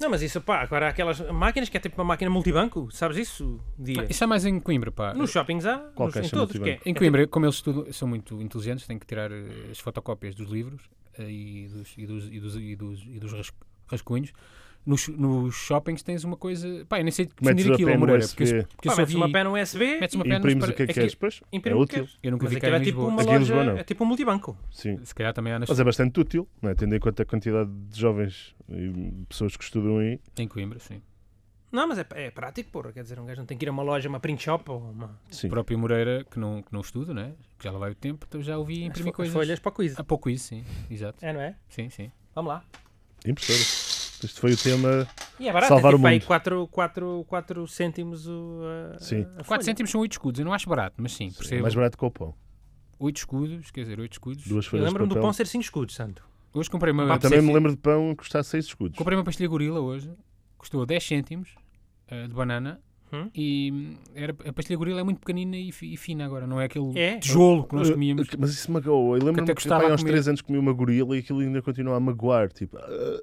S1: Não, mas isso, pá, agora há aquelas máquinas que é tipo uma máquina multibanco, sabes isso? Dia.
S2: Isso é mais em Coimbra, pá.
S1: Nos shoppings há,
S3: Qual
S1: nos, em
S3: caixa
S1: todos. Que é,
S3: multibanco?
S2: Em Coimbra, como eles estudam, são muito inteligentes, têm que tirar eh, as fotocópias dos livros eh, e dos, e dos, e dos, e dos, e dos ras- rascunhos. Nos, nos shoppings tens uma coisa. Pá, eu nem sei
S3: Metes
S2: definir
S3: a
S2: aquilo,
S3: pena no
S2: Moreira,
S3: USB.
S2: porque, eu- porque eu
S1: Pá,
S2: só
S1: metes
S2: vi.
S1: uma pena USB,
S2: Metes uma pena.
S3: Imprimes
S2: para-
S3: o que é que
S2: aquilo-
S3: queres, pois. É
S1: imprime o que
S3: útil,
S1: queres.
S2: Eu nunca
S1: Mas
S2: vi cá
S1: aquilo
S2: em
S1: é tipo
S2: Lisboa.
S1: uma
S3: Aqui em
S1: loja,
S3: Lisboa, não.
S1: é tipo um multibanco.
S3: sim.
S2: Se calhar também há nas...
S3: Mas é bastante útil, não é? tendo em conta a quantidade de jovens e pessoas que estudam aí.
S2: em Coimbra, sim.
S1: Não, mas é, é prático, porra. Quer dizer, um gajo não tem que ir a uma loja, uma print shop ou uma...
S3: Sim.
S2: O próprio Moreira, que não, que não estudo, né? que já lá vai o tempo, então já ouvi
S1: as
S2: imprimir
S1: fo- as
S2: coisas.
S1: folhas para o quiz.
S2: Há pouco isso, sim. Exato.
S1: É, não é?
S2: Sim, sim.
S1: Vamos lá.
S3: Impressora. Este foi o tema.
S1: E é barato,
S3: Salvar
S1: é
S3: o
S1: tipo aí
S3: mundo.
S1: 4, 4, 4 cêntimos o, a,
S3: Sim.
S1: a folha.
S2: 4 cêntimos são 8 escudos. Eu não acho barato, mas sim,
S3: É
S2: percebo.
S3: mais barato que o pão.
S2: 8 escudos, quer dizer, 8 escudos.
S3: Duas
S1: Eu
S3: folhas de
S1: lembro-me do
S3: papel.
S1: pão ser 5 escudos, santo.
S2: Hoje comprei uma,
S3: Ah, também me lembro de pão custar 6 escudos.
S2: comprei uma pastilha gorila hoje. Custou 10 cêntimos eh, de banana.
S1: Hum?
S2: E hum, era, a pastilha gorila é muito pequenina e, fi- e fina agora, não é aquele
S1: É?
S2: tijolo que nós
S3: Eu-
S2: comíamos.
S3: Eh, Mas isso magoou. Eu lembro-me
S2: até
S3: que,
S2: custava
S3: pai,
S2: a
S3: aos
S2: comer.
S3: 3 anos comi uma gorila e aquilo ainda continua a magoar. Tipo, ah,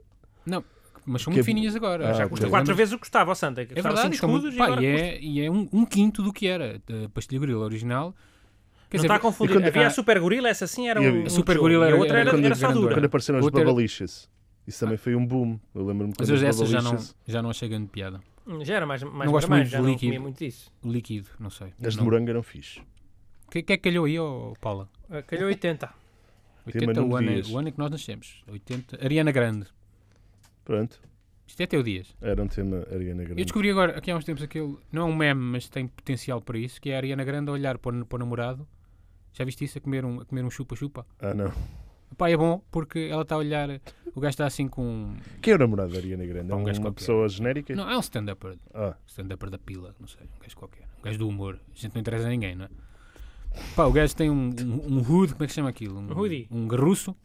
S2: Mas são
S3: que
S2: muito
S3: é-
S2: fininhas agora.
S3: Ah,
S2: já custa
S3: ok.
S1: Custa
S3: Eu
S1: 4 vezes o que custava, ó santo. É que
S2: Tá, É
S1: custava 5
S2: verdade, está muito-
S1: escudos e
S2: pá,
S1: agora
S2: e
S1: custa-
S2: é, e é um, um quinto do que era a pastilha gorila original. Quer
S1: Não tá
S2: dizer,
S1: está a confundir.
S3: quando-
S1: Havia
S2: ah,
S1: a super gorila, essa sim era
S3: e
S1: um
S3: a
S1: um
S2: super
S1: tijolo, e
S2: gorila
S1: a
S2: era-
S1: outra
S2: era
S1: era,
S2: quando
S1: era
S2: era
S1: só
S2: grandona.
S1: dura.
S3: quando apareceram os
S2: Outra era-
S3: babalixas. Isso também foi um boom. Eu lembro-me
S2: mas
S3: quando os
S2: hoje essas já não,
S3: babalixas.
S2: já não chegam de piada.
S1: Hum, Já era mais, mais
S2: Não gosto
S1: gourmet,
S2: muito
S1: já
S2: de
S1: não
S2: líquido.
S1: comia muito disso.
S2: O líquido, não sei.
S3: As de
S2: Não.
S3: morango eram fixe.
S2: Que, que é que calhou aí, ó, Paula?
S1: Ah, Calhou 80.
S3: Tema
S2: 80, o
S3: Nuno
S2: ano, é-
S3: Dias.
S2: o ano em que nós nascemos. 80, Ariana Grande.
S3: Pronto.
S2: Isto é teu Dias.
S3: Era um tema Ariana
S2: Eu
S3: Grande.
S2: descobri agora, aqui há uns tempos, aquele. Não é um meme, mas tem potencial para isso, que é a Ariana Grande a olhar para o, para o namorado. Já viste isso? A comer um a comer um chupa-chupa?
S3: Ah, não.
S2: Pá, é bom, porque ela está a olhar. O gajo está assim com.
S3: Quem é o namorado da Ariana Grande? É
S2: Pá, um
S3: uma
S2: gajo qualquer.
S3: pessoa genérica?
S2: Não, é um stand-upper.
S3: Ah,
S2: stand-upper da pila, não sei, um gajo qualquer, um gajo do humor, a gente não interessa a ninguém, não é? Pá, o gajo tem um, um, um hood, como é que se chama aquilo? Um,
S1: Um hoodie.
S2: Um garruço,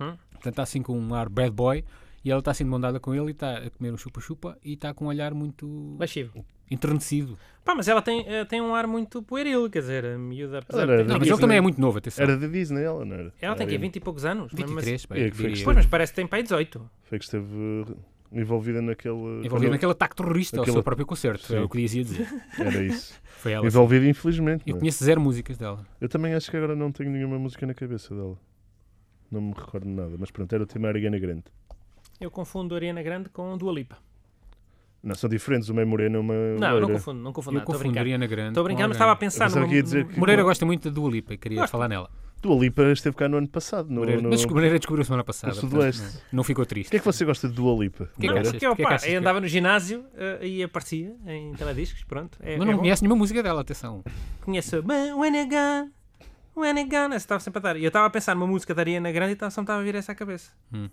S1: Hum.
S2: portanto está assim com um ar bad boy, e ela está assim de mão dada com ele e está a comer um chupa-chupa e está com um olhar muito
S1: Lascivo.
S2: enternecido.
S1: Pá, mas ela tem, eh, tem um ar muito pueril, quer dizer, a miúda... apesar
S3: Era-
S1: de ter-
S2: Não, mas
S3: Disney.
S2: ele também é muito novo, atenção.
S3: era da Disney ela, não era?
S1: Ela tem
S2: é
S1: aqui
S3: Ariana.
S1: 20 e poucos anos. mesmo assim.
S2: 23, pá,
S3: É, que foi
S2: diria
S3: que
S2: eu.
S1: Pois, mas parece que tem pai 18.
S3: Foi que esteve eh, envolvida naquele.
S2: Envolvido naquele ataque terrorista ao
S3: Aquele-
S2: seu próprio concerto,
S3: Sim.
S2: é o que dizia dizer.
S3: Era isso.
S2: Foi ela.
S3: envolvida, infelizmente.
S2: Eu
S3: não é?
S2: conheço zero músicas dela.
S3: Eu também acho que agora não tenho nenhuma música na cabeça dela. Não me recordo de nada, mas pronto, era o tema Ariana Grande.
S1: Eu confundo a Ariana Grande com Dua Lipa.
S3: Não, são diferentes, uma é morena e uma
S1: Não, não
S3: loira.
S1: confundo, não confundo
S2: Eu
S1: nada, estou a brincar.
S2: confundiria na grande.
S1: Estou a brincar,
S2: com
S1: mas estava
S2: alguém.
S1: a pensar
S3: Eu pensava
S1: numa-
S3: que ia dizer
S1: numa-
S3: que-
S2: Moreira gosta muito da Dua Lipa e queria
S1: Gosto.
S2: falar nela.
S3: Dua Lipa esteve cá no ano passado, no,
S2: Moreira,
S3: no-
S2: mas o
S3: no
S2: Moreira descobriu semana passada. portanto,
S3: Sudoeste.
S2: não, não ficou triste.
S3: O que é que você gosta de Dua
S2: que
S3: Lipa?
S2: é que
S1: Não,
S3: Moreira?
S2: achas?
S1: porque,
S2: Porquê que
S1: opá,
S2: achas que-
S1: eu andava no ginásio eh, e aparecia em telediscos, pronto. É,
S2: Mas
S1: é
S2: não
S1: bom.
S2: conhece nenhuma música dela, atenção.
S1: Conheço a um "But When I Gone, When I Gone, essa estava né? sempre a dar. E eu estava a pensar numa música da Ariana Grande e então só me estava a vir essa à cabeça.
S2: Hum.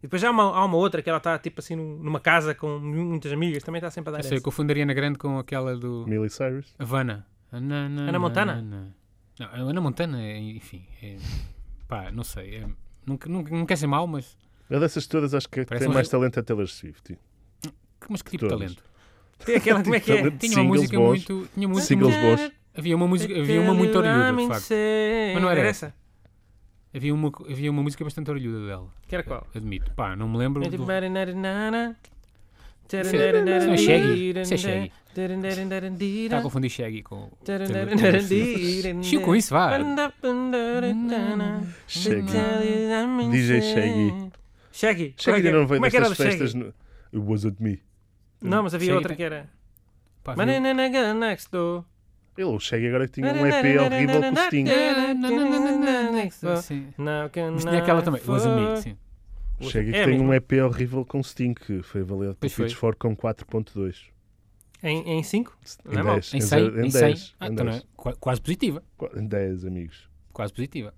S1: E depois já há uma, há uma outra que ela está tipo assim num- numa casa com muitas amigas, também está sempre a dar
S2: Eu sei, eu
S1: essa.
S2: confundiria na grande com aquela do
S3: Miley Cyrus?
S2: Havana. Ana, na,
S1: Ana Montana?
S2: na, na. Não, a Ana Montana, é, enfim. é- pá, não sei. é- nunca, nunca, não quer ser mau, mas,
S3: É dessas todas, acho que
S2: Parece
S3: tem
S2: um-
S3: mais talento é Taylor Swift.
S2: que- mas que tipo de
S3: Todas.
S2: talento?
S1: Tem aquela, como é que é?
S3: Talento.
S2: Tinha uma
S3: Singles
S2: música
S3: bons.
S2: muito. Tinha muito
S3: Singles bons.
S2: Havia uma, música, havia uma muito orelhuda, de facto.
S1: Mas
S2: não era Havia uma, havia uma música bastante orelhuda dela.
S1: Que era qual?
S2: Admito. Pá, não me lembro.
S1: É
S2: do-
S1: tipo, "Marinana".
S2: Isso é Shaggy. Isso é Shaggy. Está a
S1: Tá
S2: confundir Shaggy com.
S1: com-
S2: Chiu com isso, Ah. vá.
S3: Shaggy.
S1: Shaggy.
S3: DJ Shaggy.
S1: Shaggy.
S3: Chega ainda não veio
S1: Como é que era
S3: destas
S1: do
S3: festas.
S1: Shaggy?
S3: No... It wasn't me.
S1: Não, mas havia
S2: Shaggy
S1: outra
S2: tem-
S1: que era.
S2: Pá, havia-
S1: Marinana Gun Next Door.
S3: Ele, o Shaggy agora que tinha um EP horrível com o Sting.
S2: Sim.
S1: Now can
S2: Mas tinha aquela também,
S1: I
S2: os amigos,
S1: fuck?
S2: sim.
S3: O Shaggy
S1: É
S3: que tem
S1: mesmo.
S3: um EP horrível com o Sting, que foi avaliado pelo
S2: Pois foi.
S3: Pitchfork com 4.2.
S1: Em 5? Não
S3: Em
S1: é mau.
S3: 10.
S2: Em 100,
S3: em
S2: em 100.
S3: 10,
S2: Ah,
S3: em
S2: então não é.
S3: 10.
S2: Qua- Quase
S1: é.
S2: positiva.
S3: Qu- Em 10, amigos.
S2: Quase positiva.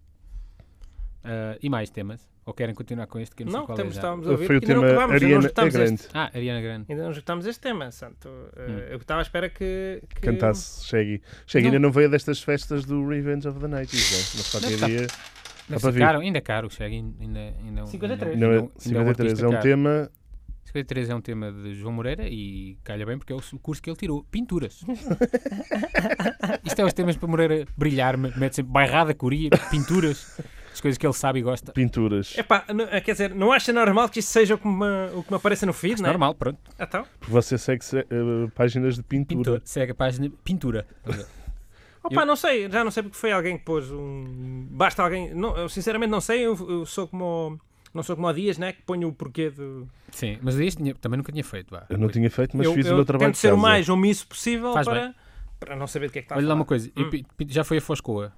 S2: Ah, e mais temas? Ou querem continuar com este? Que eu não, sei
S1: Não,
S2: qual
S1: temos,
S2: é já.
S1: estávamos a ouvir.
S3: Foi o
S1: Ainda não
S3: tema
S1: acabámos, ainda não
S3: Ariana é
S1: esgotámos este.
S3: Grande.
S2: Ah, Ariana Grande.
S1: Ainda não esgotámos este tema, Santo. Eh,
S2: Hum.
S1: Eu estava à espera que. que...
S3: Cantasse Shaggy. Shaggy
S2: Não.
S3: ainda não veio destas festas do Revenge of the Nights, não é? Mas
S2: Deve
S3: só teria.
S2: Deve
S3: para
S2: ser
S3: ver.
S2: caro, ainda é caro, chega ainda, ainda, ainda é um-
S1: 53.
S2: ainda é um-
S3: Não,
S2: ainda é um
S3: é-
S2: artista
S3: 53 é um
S2: caro.
S3: tema.
S2: 53 é um tema de João Moreira e calha bem porque é o curso que ele tirou. Pinturas. Isto é os temas para Moreira brilhar, me- mete sempre bairrada, curia, pinturas, as coisas que ele sabe e gosta.
S3: Pinturas.
S1: Epá, n- eh, quer dizer, não acha normal que isto seja o que me, o que me apareça no feed,
S2: Isto
S1: não
S2: é
S1: é?
S2: normal, pronto.
S1: Então,
S3: Porque você segue se- eh, páginas de pintura.
S2: Pintor. Segue a página Pintura.
S1: opa, não sei, já não sei porque foi alguém que pôs um. Basta alguém. Não, eu sinceramente não sei, eu, eu sou como. o- Não sou como o Dias, né? Que ponho o porquê do.
S2: Sim, mas isto tinha- também nunca tinha feito. Vá.
S3: Eu não tinha feito, mas
S1: eu
S3: fiz
S1: eu
S3: o meu trabalho
S1: tento
S3: de
S1: ser o
S3: casa.
S1: mais omisso possível
S2: Faz
S1: para, para não saber do que é que está a
S2: Olha lá
S1: falar.
S2: uma coisa, eu pi- pi- já foi a Foscoa,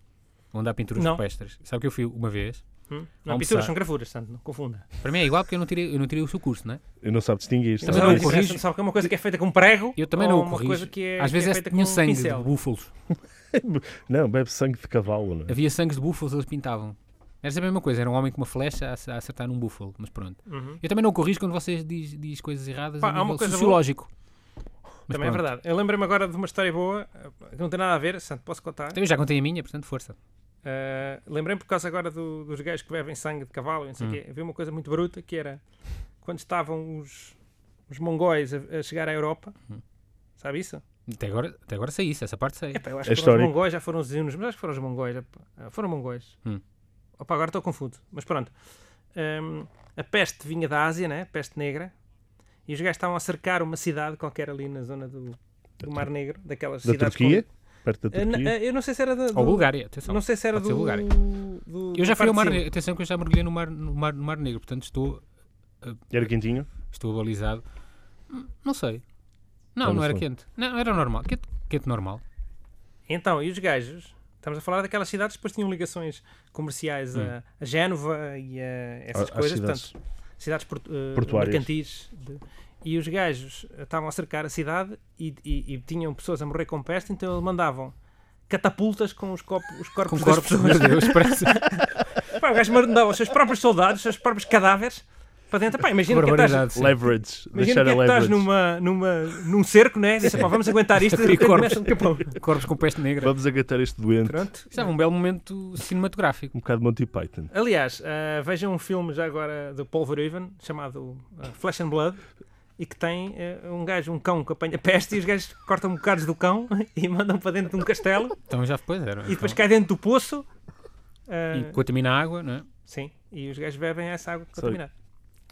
S2: onde há pinturas
S1: Não.
S2: rupestres. Sabe que eu fui uma vez?
S1: Hum? Não,
S2: Almoçar.
S1: pinturas são gravuras, portanto, não confunda.
S2: Para mim é igual porque eu não tirei, eu não tirei o seu curso, não é?
S3: Eu não sabe distinguir isto.
S2: Eu
S1: Mas
S2: também
S1: há
S2: não
S1: uma
S2: o corrijo.
S1: diferença, sabe que é uma coisa que é feita com prego
S2: Eu também
S1: ou
S2: não o
S1: uma
S2: corrijo.
S1: coisa que é,
S2: Às
S1: que
S2: vezes
S1: é
S2: é,
S1: feita com
S2: tinha sangue
S1: pincel.
S2: de búfalos.
S3: Não, bebe sangue de cavalo, não é?
S2: Havia sangue de búfalos, eles pintavam. Era sempre a mesma coisa, era um homem com uma flecha a ac- a acertar num búfalo, mas pronto.
S1: Uhum.
S2: Eu também não corrijo quando vocês diz, diz coisas erradas
S1: Pá,
S2: a
S1: há
S2: nível
S1: uma coisa boa.
S2: sociológico. Mas
S1: Também é
S2: pronto.
S1: verdade. Eu lembrei-me agora de uma história boa, eh, que não tem nada a ver, portanto, posso contar.
S2: Então eu já contei a minha, portanto, força.
S1: Uh, lembrei-me por causa agora do- dos gajos que bebem sangue de cavalo e não sei
S2: Hum.
S1: o quê. Havia uma coisa muito bruta que era quando estavam os, os mongóis a, a chegar à Europa,
S2: Hum.
S1: sabe isso?
S2: Até agora, até agora sei isso, essa parte sei.
S1: Epá, eu acho
S3: É
S1: que foram os
S3: histórico.
S1: mongóis, já foram os inos, mas acho que foram os mongóis. epá, Foram mongóis.
S2: Hum.
S1: Opa, agora estou confuso, mas pronto. Hum, a peste vinha da Ásia, né? peste negra, e os gajos estavam a cercar uma cidade qualquer ali na zona do, do Mar Negro, daquelas
S3: Da
S1: cidades.
S3: Turquia?
S1: com-
S3: Perto da
S1: Ah, na-
S3: Turquia?
S1: ah, eu não sei se era da.
S2: Ou
S1: do-
S2: Bulgária, atenção.
S1: Não sei se era
S2: Pode ser
S1: do,
S2: Bulgária.
S1: do-
S2: Eu já
S1: da
S2: fui ao
S1: parte
S2: mar
S1: de cima.
S2: negro, atenção que eu já mergulhei no mar, no mar, no mar negro, portanto estou,
S3: Era quentinho?
S2: estou balizado. Hum, Não sei. Não,
S3: Então
S2: não
S3: não
S2: era
S3: foi.
S2: quente. Não, era normal. Quente, quente normal.
S1: Então, e os gajos? Estamos a falar daquelas cidades que depois tinham ligações comerciais a, a Génova e a essas
S3: Hum. Às
S1: coisas,
S3: cidades.
S1: portanto, cidades portu- eh,
S3: Portuárias.
S1: mercantis. de- e os gajos eh, estavam a cercar a cidade e, e- e tinham pessoas a morrer com peste, então eles mandavam catapultas com os, copo- os corpos das
S2: Concordo,
S1: pessoas.
S2: meu Deus, parece.
S1: Pá, o gajo mandava os seus próprios soldados, os seus próprios cadáveres para dentro. Pá, imagina que estás,
S2: Barbaridade. sim.
S3: Leverage.
S1: imagina
S3: Deixar
S1: que é
S3: a
S1: que estás numa,
S3: leverage.
S1: numa, num cerco, né? Dizem, pá, vamos aguentar isto e de repente
S2: Corpos.
S1: começam de capão.
S2: Corpos com peste negra.
S3: Vamos agatar este doente.
S1: Pronto.
S2: Estava um belo momento cinematográfico.
S3: Um bocado Monty Python.
S1: Aliás, ah, vejam um filme já agora do Paul Verhoeven chamado ah, Flesh and Blood e que tem ah, um gajo, um cão que apanha peste e os gajos cortam bocados do cão e mandam para dentro de um castelo
S2: Então já depois era.
S1: e depois
S2: então,
S1: cai dentro do poço. ah,
S2: e contamina a água, não é?
S1: Sim, e os gajos bebem essa água contaminada.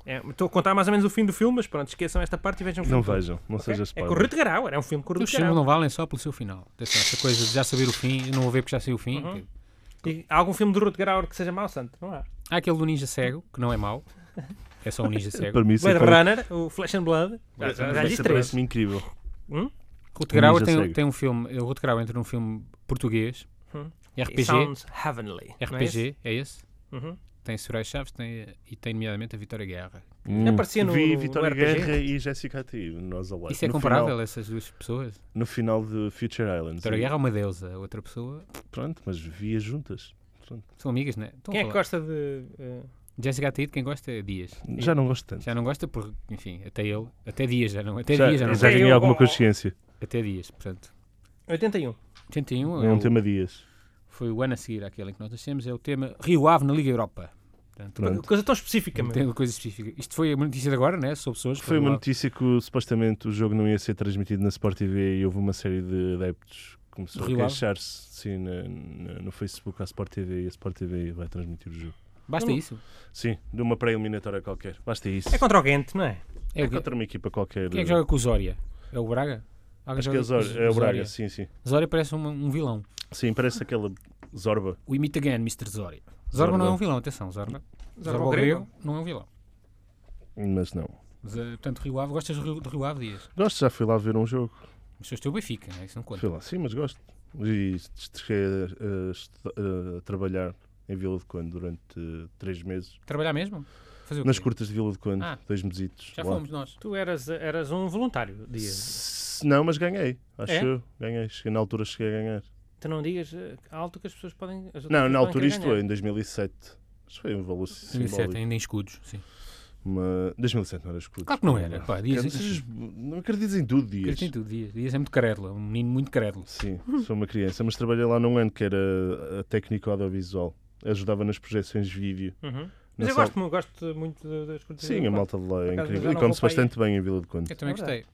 S1: É, Estou a contar mais ou menos o fim do filme, mas pronto, esqueçam esta parte e vejam o filme.
S3: Não vejam, não
S1: ok? É
S3: seja
S1: com o
S3: spoiler. Então
S1: Rutger Hauer, é um filme com o
S2: Os
S1: Rutger
S2: filmes
S1: Hauer.
S2: não valem só pelo seu final. Atenção, essa coisa de já saber o fim, eu não vou ver porque já sei o fim. é.
S1: Uhum. E há algum filme do Rutger Hauer que seja mau, santo? Não há.
S2: Há aquele do ninja cego, que não é mau. É só um ninja cego.
S3: Para mim, isso é
S1: Blade
S3: para-
S1: Runner, o Flesh and Blood, já, já, já disse
S3: isso é
S1: três.
S3: parece-me incrível.
S1: Hum?
S2: Rutger Hauer
S3: Ninja
S2: tem,
S3: cego.
S2: tem um filme, o Rutger Hauer entra num filme português,
S1: Hum. It
S2: RPG,
S1: sounds heavenly. não é isso?
S2: RPG, é esse?
S1: Uhum.
S2: Tem Soraya Chaves tem, e tem nomeadamente a Vitória Guerra.
S3: Hum.
S1: Aparecia no-
S3: Vi
S1: no
S3: Vitória
S1: RPG.
S3: Guerra e Jessica T. Nós Alive.
S2: Isso é
S3: No
S2: comparável,
S3: final-
S2: essas duas pessoas?
S3: No final de Future Islands.
S2: Vitória Guerra é uma deusa, a outra pessoa
S3: Pronto, mas via juntas.
S2: são amigas, não é? Estão a
S1: Quem é que
S2: falar.
S1: gosta de. eh,
S2: Jessica Tate, quem gosta é Dias.
S3: Já não gosto tanto.
S2: Já não gosta porque, enfim, até ele, até Dias já não, até
S3: Já,
S2: Dias já não
S3: já
S1: sei.
S2: gosta.
S3: ganhei
S1: Eu-
S3: alguma
S1: oh, oh.
S3: consciência.
S2: Até Dias, portanto.
S1: 81.
S2: 81
S3: É
S2: é
S3: um
S2: o-
S3: tema dias.
S2: foi o ano a seguir àquele em que nós nascemos, é o tema Rio Ave na Liga Europa. Portanto,
S3: Pronto.
S1: Coisa tão específica,
S2: tem
S1: meu.
S2: uma coisa específica. Isto foi uma notícia de agora, né? Sobre pessoas.
S3: Foi uma
S2: Rio Ave.
S3: notícia que o- supostamente o jogo não ia ser transmitido na Sport TV e houve uma série de adeptos que começou
S2: Rio
S3: a
S2: Ave?
S3: queixar-se sim, na- na- no Facebook à Sport TV e a Sport TV vai transmitir o jogo.
S2: Basta
S1: Não-
S2: isso.
S3: Sim, de uma pré-eliminatória qualquer. Basta isso.
S1: É contra o Gente, não é?
S2: É o quê?
S3: contra uma equipa qualquer.
S2: Quem é que joga com o Zória? É o Braga? Alguém
S3: Acho que é,
S2: joga com
S3: Zor... é o Braga,
S2: Zória?
S3: sim, sim.
S2: Zória parece um, um vilão.
S3: Sim, parece aquela Zorba.
S2: O Imit Again, Mr. Zória. Zorba não é um vilão, atenção, Zorba. Zorba
S1: ao
S2: ao grego não é um vilão.
S3: Mas não.
S2: Mas, eh, portanto, Rio Ave, gostas do Rio, do Rio Ave Dias?
S3: Gosto, já fui lá ver um jogo.
S2: Mas foste o Benfica, né? isso não conta.
S3: Fui lá, sim, mas gosto. E cheguei a, a estu- a trabalhar em Vila de Conde durante eh, três meses.
S2: Trabalhar mesmo? Fazer o
S3: Nas
S2: quê?
S3: curtas de Vila de Conde,
S2: Ah.
S3: dois mesitos.
S2: Já
S3: lá.
S2: fomos nós.
S1: Tu eras, eras um voluntário, Dias.
S3: S- Não, mas ganhei. Acho
S1: É?
S3: eu. Ganhei. Cheguei, na altura cheguei a ganhar.
S2: Então
S1: Tu não digas eh, alto que as pessoas podem. as outras
S3: Não,
S1: pessoas
S3: na
S1: podem
S3: altura
S1: querer
S3: isto foi,
S1: ganhar.
S3: em 2007. Isto foi um valor
S2: 2007,
S3: simbólico.
S2: ainda em escudos, sim.
S3: Uma... 2007 não era escuro.
S2: Claro que não era,
S3: desculpa.
S2: pá, Ah, Dias-
S3: Acreditas- Não acreditas em tudo, Dias.
S2: Acredito em tudo, Dias. Dias é muito carédula, um menino muito carédula.
S3: Sim, sou uma criança, mas trabalhei lá num ano que era a técnico audiovisual. Ajudava nas projeções de vídeo.
S1: Uhum.
S3: Na
S1: Mas eu
S3: sala-
S1: gosto, gosto muito de- das curtas.
S3: Sim, a malta de lá é
S1: acaso já
S3: incrível. E
S1: não vou
S3: come-se
S1: para aí.
S3: bastante bem em Vila de Conde.
S2: Eu também
S1: É
S2: gostei.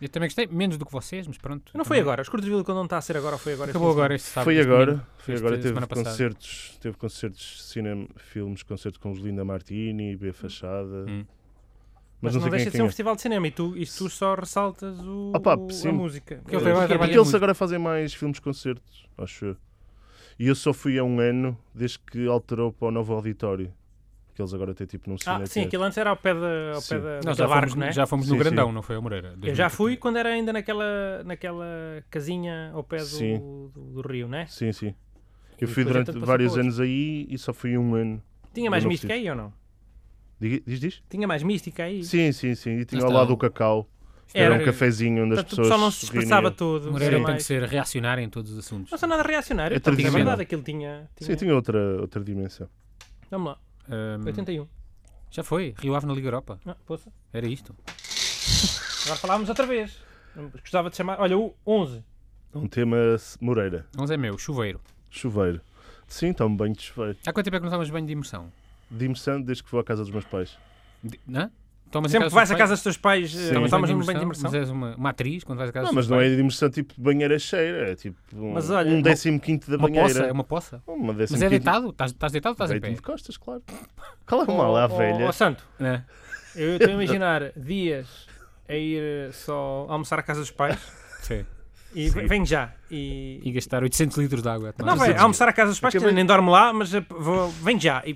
S2: Eu também gostei, menos do que vocês, mas pronto.
S1: Não foi
S2: também.
S1: agora. Os curtas de Vila quando não está a ser agora, ou foi agora.
S2: Acabou
S1: este fim de
S2: agora este sábado.
S3: Foi
S2: este
S3: agora,
S2: domingo.
S3: foi
S2: Este-
S3: agora teve
S2: semana passada.
S3: concertos, teve concertos, cinema, filmes, concertos com os Linda Martini, B Fachada.
S2: Hum.
S1: Mas, não,
S3: sei quem
S1: deixa
S3: é
S1: de ser
S3: quem
S1: um
S3: é.
S1: festival de cinema e tu, e tu só ressaltas o,
S3: Opa,
S1: o-
S3: sim.
S1: a música.
S2: ele foi agora
S1: Porque é dia-
S2: trabalhar
S3: Aqueles agora fazem mais filmes concertos, acho eu. E eu só fui há um ano, desde que alterou para o novo auditório. que eles agora têm tipo num
S1: Ah,
S3: cinema.
S1: sim, aquilo antes era ao pé da, ao pé da,
S3: Sim.
S2: Nós
S1: daquele
S2: já fomos,
S1: arco, né?
S2: já fomos no
S3: Sim, sim.
S2: Grandão, não foi ao Moreira?
S1: Eu já fui
S3: né?
S1: quando era ainda naquela, naquela casinha ao pé
S3: Sim.
S1: do, do, do rio, né?
S3: Sim, sim.
S1: E
S3: Eu
S2: é
S3: fui
S1: depois,
S3: durante
S1: entretanto, passou
S3: vários
S1: para outro.
S3: anos aí e só fui um ano.
S1: Tinha mais
S3: Eu não
S1: mística aí ou não?
S3: Diga- Diz, diz?
S1: Tinha mais mística aí?
S3: Sim, sim, sim. E tinha ao
S2: está. É,
S3: lado o cacau. Era, um cafezinho onde as
S1: Portanto, o
S3: pessoas.
S1: pessoal não se expressava
S3: reuniam.
S1: todo. era
S2: Moreira tem que
S1: mais-
S2: ser reacionário em todos os assuntos.
S1: Não sou nada reacionário.
S3: É
S1: É tinha
S3: tradicional.
S1: verdade, aquilo tinha. tinha.
S3: Sim, tinha Hum. outra, outra dimensão.
S1: Vamos lá,
S2: Ahm,
S1: 81.
S2: já foi, Rio Ave na Liga Europa.
S1: Ah, poça.
S2: Era isto.
S1: Agora falávamos outra vez. Gostava de chamar. Olha, o 11.
S3: Um tema s- Moreira,
S2: 11 é meu, chuveiro.
S3: chuveiro. Sim, está um banho de chuveiro.
S2: Há quanto tempo é que não tomas banho de imersão?
S3: De imersão desde que vou à casa dos meus pais.
S2: De- Hã? Tomas em
S1: Sempre que vais
S2: dos
S1: à
S2: teus
S1: casa dos teus pais, eh,
S2: pais?
S1: tomas um banho de imersão.
S2: Mas é- és uma, uma atriz quando vais à casa
S3: Não,
S2: dos
S3: mas
S2: teus
S3: não é
S2: pais?
S3: de imersão tipo banheira cheira. É tipo um,
S1: Mas olha,
S3: um
S1: uma-
S3: décimo quinto da
S2: Uma poça, é
S3: banheira. Oh,
S2: uma poça.
S3: Uma décimo
S2: Mas é
S3: quinto.
S2: deitado? Estás estás deitado ou estás em
S3: Deito-me
S2: pé? Oh,
S3: de costas, claro. Cala
S1: Ó,
S3: mal, à
S1: ó,
S3: velha.
S1: ó, santo,
S2: Né?
S1: eu estou a imaginar dias a ir eh, só almoçar à casa dos pais
S2: Sim.
S1: e ve- venho já. E,
S2: E gastar 800 litros de água. a tomar
S1: Não, um vai
S2: banho.
S1: almoçar à casa dos pais, que
S3: Acabei-
S1: nem dorme lá, mas eh, vou, vem já. E...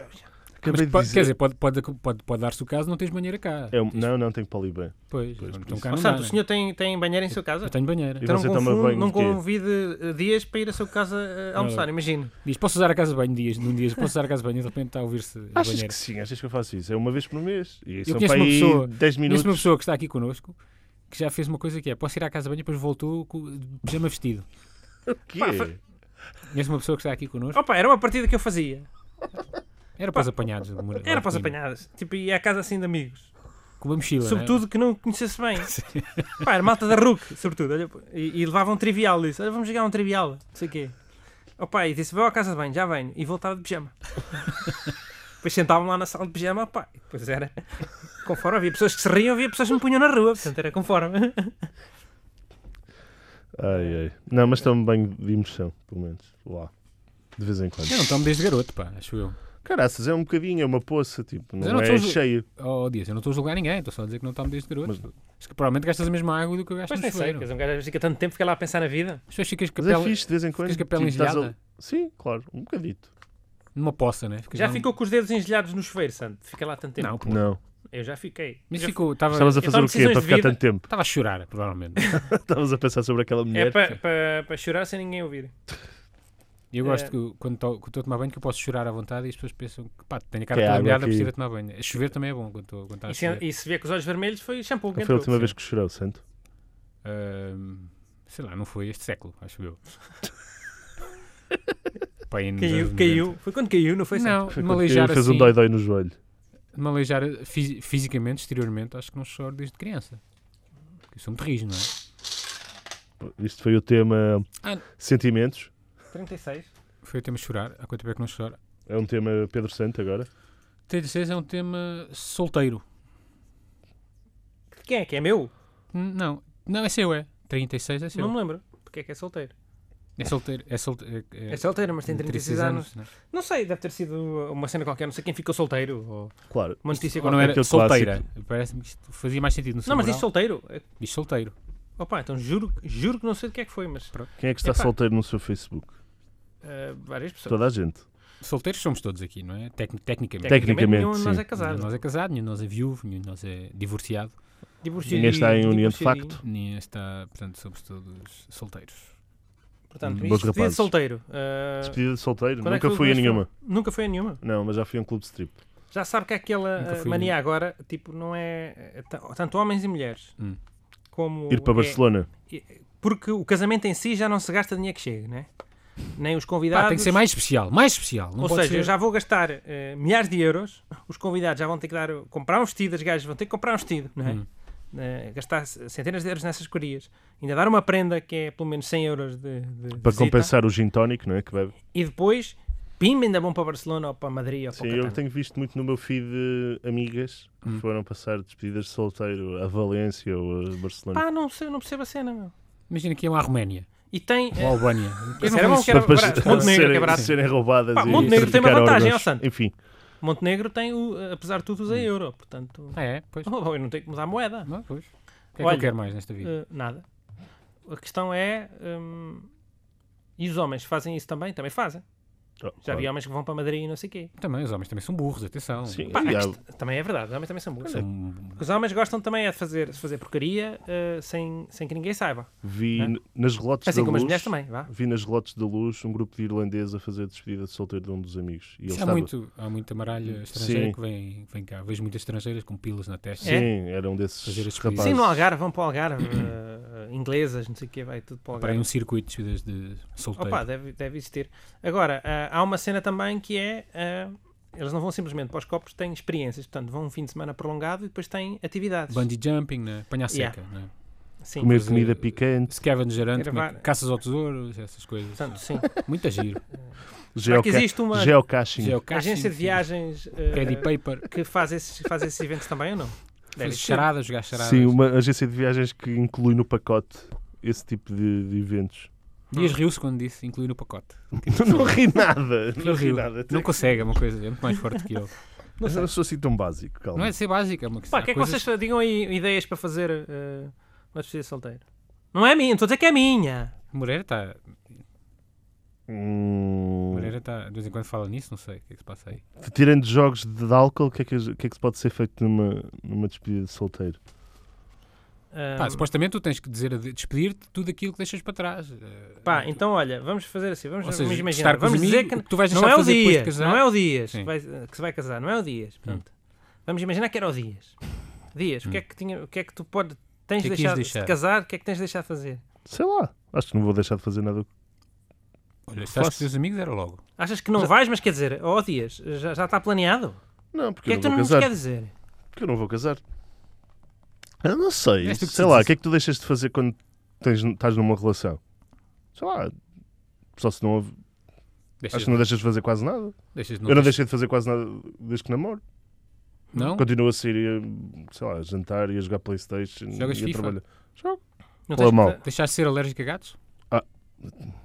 S3: Acabei
S2: Mas
S3: de
S2: pode-
S3: dizer-
S2: quer dizer, pode, pode, pode, pode dar-se o caso, não tens banheira cá.
S3: É um- Não, não, tenho poliban.
S2: Pois,
S3: Pois, por
S2: então
S3: isso.
S2: cá
S1: Oh,
S2: não dá,
S1: santo, o
S2: né?
S1: senhor tem, tem banheiro em sua casa?
S2: Eu tenho banheira.
S3: E
S1: Então não,
S3: você toma
S1: confunde-
S3: banho de
S1: não
S3: quê?
S1: convide eh, dias para ir à sua casa eh, almoçar, imagino.
S2: Diz, posso usar a casa de banho dias, num dia, posso usar a casa de banho e de repente está a ouvir-se a
S3: Achas
S2: banheira.
S3: que sim? Achas que eu faço isso? É uma vez por mês. E são
S2: conheço
S3: para
S2: uma
S3: aí
S2: pessoa-
S3: 10 minutos.
S2: Conheço uma pessoa que está aqui connosco que já fez uma coisa que é, posso ir à casa de banho e depois voltou com- de pijama vestido.
S3: Quê?
S1: Pá, fa-
S2: Conheço uma pessoa que está aqui connosco.
S1: Opa, era uma partida que eu fazia.
S2: Era para os apanhados. do Moura-
S1: Era para as
S2: Martino.
S1: apanhadas. Tipo, ia à casa assim de amigos.
S2: Com uma mochila, não é?
S1: Sobretudo que não conhecesse bem. Pá, era malta da RUC, sobretudo. Olha, e, e levava um trivial. Disse, olha, vamos jogar um trivial. Não sei o quê. O pai disse, vou à casa de banho, já venho. E voltava de pijama. depois sentavam lá na sala de pijama, pá. e Depois era... Conforme havia pessoas que se riam, havia pessoas que me punham na rua. Portanto, era conforme.
S3: Ai, ai. Não, mas tomo banho de imersão, pelo menos. Lá. De vez em quando.
S2: Eu não tomo desde garoto, pá, acho eu.
S3: Caraças, é um bocadinho, é uma poça, tipo,
S2: Mas eu
S3: não,
S2: não
S3: é
S2: sou ju-
S3: cheio.
S2: Oh, Dias, eu não estou a julgar ninguém, estou só a dizer que não tomo desde garoto. Acho que provavelmente gastas a mesma água do que eu gasto
S1: Depois
S2: no
S1: nem sei,
S2: chuveiro.
S1: quer
S2: As
S1: dizer, um gajo às vezes fica tanto tempo que fica lá a pensar na vida.
S2: pessoas ficas com a
S3: Mas é
S2: pele,
S3: fixe de vez em quando. tipo,
S2: ficas com a pele
S3: estás
S2: engelhada.
S3: Sim, claro, um bocadito.
S2: Numa poça, né? Ficas
S1: Já
S2: lá num-
S1: ficou com os dedos engelhados no chuveiro, santo. Fica lá tanto tempo.
S2: Não, pô. Então
S3: Não.
S1: Eu já fiquei.
S2: Mas
S1: Já
S2: ficou, estava
S3: Estavas a
S1: eu
S3: fazer
S1: tomo
S3: o quê para
S1: decisões de
S3: ficar
S1: vida.
S3: tanto tempo?
S2: estava a chorar, provavelmente.
S3: Estavas a pensar sobre aquela
S1: É
S3: mulher.
S1: para pa, pa chorar sem ninguém ouvir.
S2: E eu
S1: É.
S2: gosto que quando to- quando estou a tomar banho que eu posso chorar à vontade e as pessoas pensam que pá, tenho a cara
S3: Que é
S2: toda
S3: água
S2: molhada,
S3: aqui.
S2: preciso de tomar banho. A chover também é bom quando estou quando está a
S1: E se,
S2: chover.
S1: e se vier com os olhos vermelhos, Ah, foi shampoo. que
S3: Qual foi a
S1: entrou.
S3: última vez que chorou, santo?
S2: Ahm, sei lá, não foi este século, acho eu. Pá, aí nos anos
S1: Caiu,
S2: 90.
S1: caiu. Foi quando caiu, não foi? Santo?
S2: Não,
S3: Foi
S2: de me
S3: quando
S2: aleijar
S3: fez
S2: assim,
S3: um dói-dói no joelho.
S2: de me aleijar fisi- fisicamente, exteriormente, acho que não choro desde criança. Porque eu sou muito rijo, não é?
S3: Isto foi o tema
S2: Ah, n-
S3: sentimentos.
S1: 36.
S2: Foi o tema chorar, há quanto tempo é que não choro?
S3: É um tema Pedro Santo agora.
S2: 36 é um tema solteiro.
S1: Quem é que é meu?
S2: N- Não, não, é seu, é. 36 é seu.
S1: Não me lembro. Porque é que é solteiro?
S2: É solteiro, é solteiro.
S1: É solteiro, mas tem 36 anos. Não sei, deve ter sido uma cena qualquer. Não sei quem ficou solteiro. Ou
S3: Claro.
S1: uma notícia
S2: Ou Tipo, não
S1: qualquer.
S2: era
S3: É aquele
S2: solteira. Parece-me que isto fazia mais sentido no seu
S1: Não, mas diz
S2: moral.
S1: solteiro. É-
S2: Diz solteiro.
S1: Opa, então juro, juro que não sei do que é que foi, mas
S3: Quem é que está
S1: Epá.
S3: solteiro no seu Facebook?
S1: eh, várias pessoas.
S3: Toda a gente.
S2: Solteiros somos todos aqui, não é? Tecni- tecnicamente.
S3: Tecnicamente,
S1: nenhum de nós é
S3: sim.
S2: Nenhum de
S1: casado.
S2: nós é casado, nenhum de nós é viúvo, nenhum de nós é divorciado,
S1: Divorciadinho,
S3: Ninguém está em união de
S1: divorciadinho.
S3: facto.
S2: nem está, portanto, somos todos solteiros.
S1: Portanto,
S3: Bons
S1: isto despedida de
S3: rapazes.
S1: solteiro. eh,
S3: Despedida de solteiro?
S1: quando é que foi
S3: Nunca fui a
S1: o último?
S3: nenhuma.
S1: nunca foi a nenhuma.
S3: Não, mas já fui a um clube de strip.
S1: Já sabe que aquela
S2: Nunca
S1: eh,
S2: fui
S1: mania
S2: nenhum.
S1: agora, tipo, não é. é ta- Tanto homens e mulheres.
S2: Hum.
S1: Como
S3: Ir para
S1: é-
S3: Barcelona.
S1: Porque o casamento em si já não se gasta dinheiro que chega, né? Nem os convidados.
S2: Pá, tem que ser mais especial, mais especial. Não
S1: Ou
S2: pode
S1: seja, eu
S2: ser...
S1: já vou gastar eh, milhares de euros, os convidados já vão ter que dar, comprar um vestido, as gajas vão ter que comprar um vestido, não é?
S2: Hum.
S1: Eh, gastar c- centenas de euros nessas corias, ainda dar uma prenda que é pelo menos 100 euros de, de
S3: Para
S1: visita,
S3: compensar o gin tónico, não é? Que bebe.
S1: e depois, pimba, ainda vão para Barcelona ou para Madrid ou para
S3: Sim,
S1: o
S3: eu
S1: Catano.
S3: tenho visto muito no meu feed eh, amigas que
S2: Hum.
S3: foram passar despedidas de solteiro a Valência ou a Barcelona.
S1: Pá, não, sei, não percebo a cena, meu.
S2: Imagina que é uma Arménia,
S1: E tem.
S2: ou
S1: eh,
S2: Albânia.
S1: Isso era bom que era
S3: Depois
S1: barato. Montenegro, que é
S3: serem,
S1: barato.
S3: serem roubadas
S1: Pá,
S3: e
S1: Montenegro tem uma
S3: traficar
S1: vantagem,
S3: órgãos.
S1: ó santo.
S3: Enfim,
S1: Montenegro tem, o, eh, apesar de tudo,
S2: Hum.
S1: usa euro. Portanto,
S2: Ah, é? Pois.
S1: oh, eu não tenho que mudar a moeda.
S2: Não, pois. O que é que eu
S1: Olha,
S2: quero mais nesta vida?
S1: Eh, nada. A questão é. hum, e os homens fazem isso também? Também fazem.
S3: Oh,
S1: Já
S3: claro.
S1: havia homens que vão para Madrid e não sei o quê.
S2: Também, os homens também são burros, atenção.
S3: Sim,
S1: Pá,
S3: e há-
S1: isto também é verdade, os homens também são burros.
S2: São-
S1: Porque Os homens gostam também é de fazer, de fazer porcaria eh, sem, sem que ninguém saiba.
S3: vi
S1: Hã?
S3: n- nas relotes
S1: Assim
S3: da
S1: como
S3: luz,
S1: as mulheres também, vá.
S3: vi nas relotes da luz um grupo de irlandeses a fazer a despedida de solteiro de um dos amigos. E ele
S1: é
S2: Isso há,
S3: estava...
S2: muito, há muita maralha estrangeira
S3: Sim.
S2: que vem, que vem cá. Vejo muitas estrangeiras com pilas na testa.
S3: Sim, era um
S2: Fazer
S3: desses
S2: as coisas.
S3: rapazes.
S1: é? Sim, no Algarve, vão para o Algarve, eh, inglesas, não sei o quê, vai tudo para o
S2: Para aí
S1: Algarve.
S2: um circuito de despedidas de solteiro.
S1: É, Opa, deve, deve existir. Agora, ah, há uma cena também que é. ah, eles não vão simplesmente para os copos, têm experiências. Portanto, vão um fim de semana prolongado e depois têm atividades.
S2: Bungee jumping, né? apanhar
S1: Yeah.
S2: seca, né?
S1: Sim.
S3: Comer
S2: Fazer-
S3: comida picante,
S2: scavenger hunt, como é que-
S1: Gravar-
S2: caças ao tesouro, essas coisas.
S1: Portanto, sim.
S2: Muito giro.
S1: Será É que é.
S3: geoca-
S1: existe uma
S3: geocaching.
S2: Geocaching, tipo,
S1: agência de viagens ah,
S2: Caddy paper,
S1: que faz esses, faz esses eventos também ou não? Deve
S2: fazer
S1: existir.
S2: charadas, jogar charadas.
S3: Sim, uma agência de viagens que inclui no pacote esse tipo de, de eventos.
S2: Dias riu-se quando disse, incluir no pacote.
S1: Tipo
S3: não ri nada. Não
S2: Ele
S3: ri
S2: riu.
S3: nada.
S2: Não consegue, é uma coisa, é muito mais forte que eu.
S3: Mas eu não sou assim tão básico, calma.
S2: Não é de ser básica, é uma questão.
S1: Pá, o que é
S2: há
S1: que
S2: coisas-
S1: vocês digam aí ideias para fazer ah, uma despedida de solteiro? Não é a minha, não estou a dizer que é a minha.
S2: Moreira está.
S3: Hum,
S2: Moreira está. De vez em quando fala nisso, não sei o que é que se passa aí.
S3: Tirando jogos de, de álcool, o que, é que, o que é que se pode ser feito numa, numa despedida de solteiro?
S1: Ah,
S2: Pá, supostamente tu tens que dizer, a de- despedir-te tudo aquilo que deixas para trás. Eh,
S1: Pá, então olha, vamos fazer assim, vamos,
S2: Ou
S1: vamos
S2: seja,
S1: imaginar,
S2: estar com os
S1: vamos dizer
S2: amigos,
S1: que
S2: o que tu vais
S1: não
S2: deixar
S1: é o
S2: de fazer depois de
S1: Dias,
S2: casar.
S1: não é o Dias
S2: Sim.
S1: que vai- que se vai casar, não é o Dias, portanto. Vamos imaginar que era o Dias. Dias, o que é que tinha, o que é que tu pode tens
S2: Hum. Que é
S1: de deixar,
S2: que ias
S1: de
S2: deixar?
S1: casar, o que é que tens de deixar de fazer?
S3: Sei lá. Acho que não vou deixar de fazer nada.
S2: Olha, se estás com os
S3: Faço-
S2: teus amigos, era logo.
S1: Achas que não vais, mas quer dizer, ó oh, Dias, já, já está planeado?
S3: Não,
S1: O
S3: porque
S1: que é
S3: eu
S1: que tu
S3: não
S1: não
S3: vou
S1: nos
S3: casar.
S1: quer dizer?
S3: Porque eu não vou casar. Eu não sei.
S2: És tu que
S3: Sei lá, o
S2: decides.
S3: que é que tu deixas de fazer quando tens, estás numa relação? Sei lá. Só se não houve.
S2: Deixas,
S3: Acho que não deixas de fazer quase nada.
S2: deixas-
S3: eu não
S2: deixas-
S3: deixei de fazer quase nada desde que namoro.
S2: Não?
S3: Continuo a sair, e a, sei lá, a jantar e a jogar Playstation
S2: Jogas
S3: e a
S2: FIFA?
S3: trabalhar.
S1: Não
S3: Pela
S1: tens-
S3: mão.
S2: Deixaste de ser alérgico a gatos?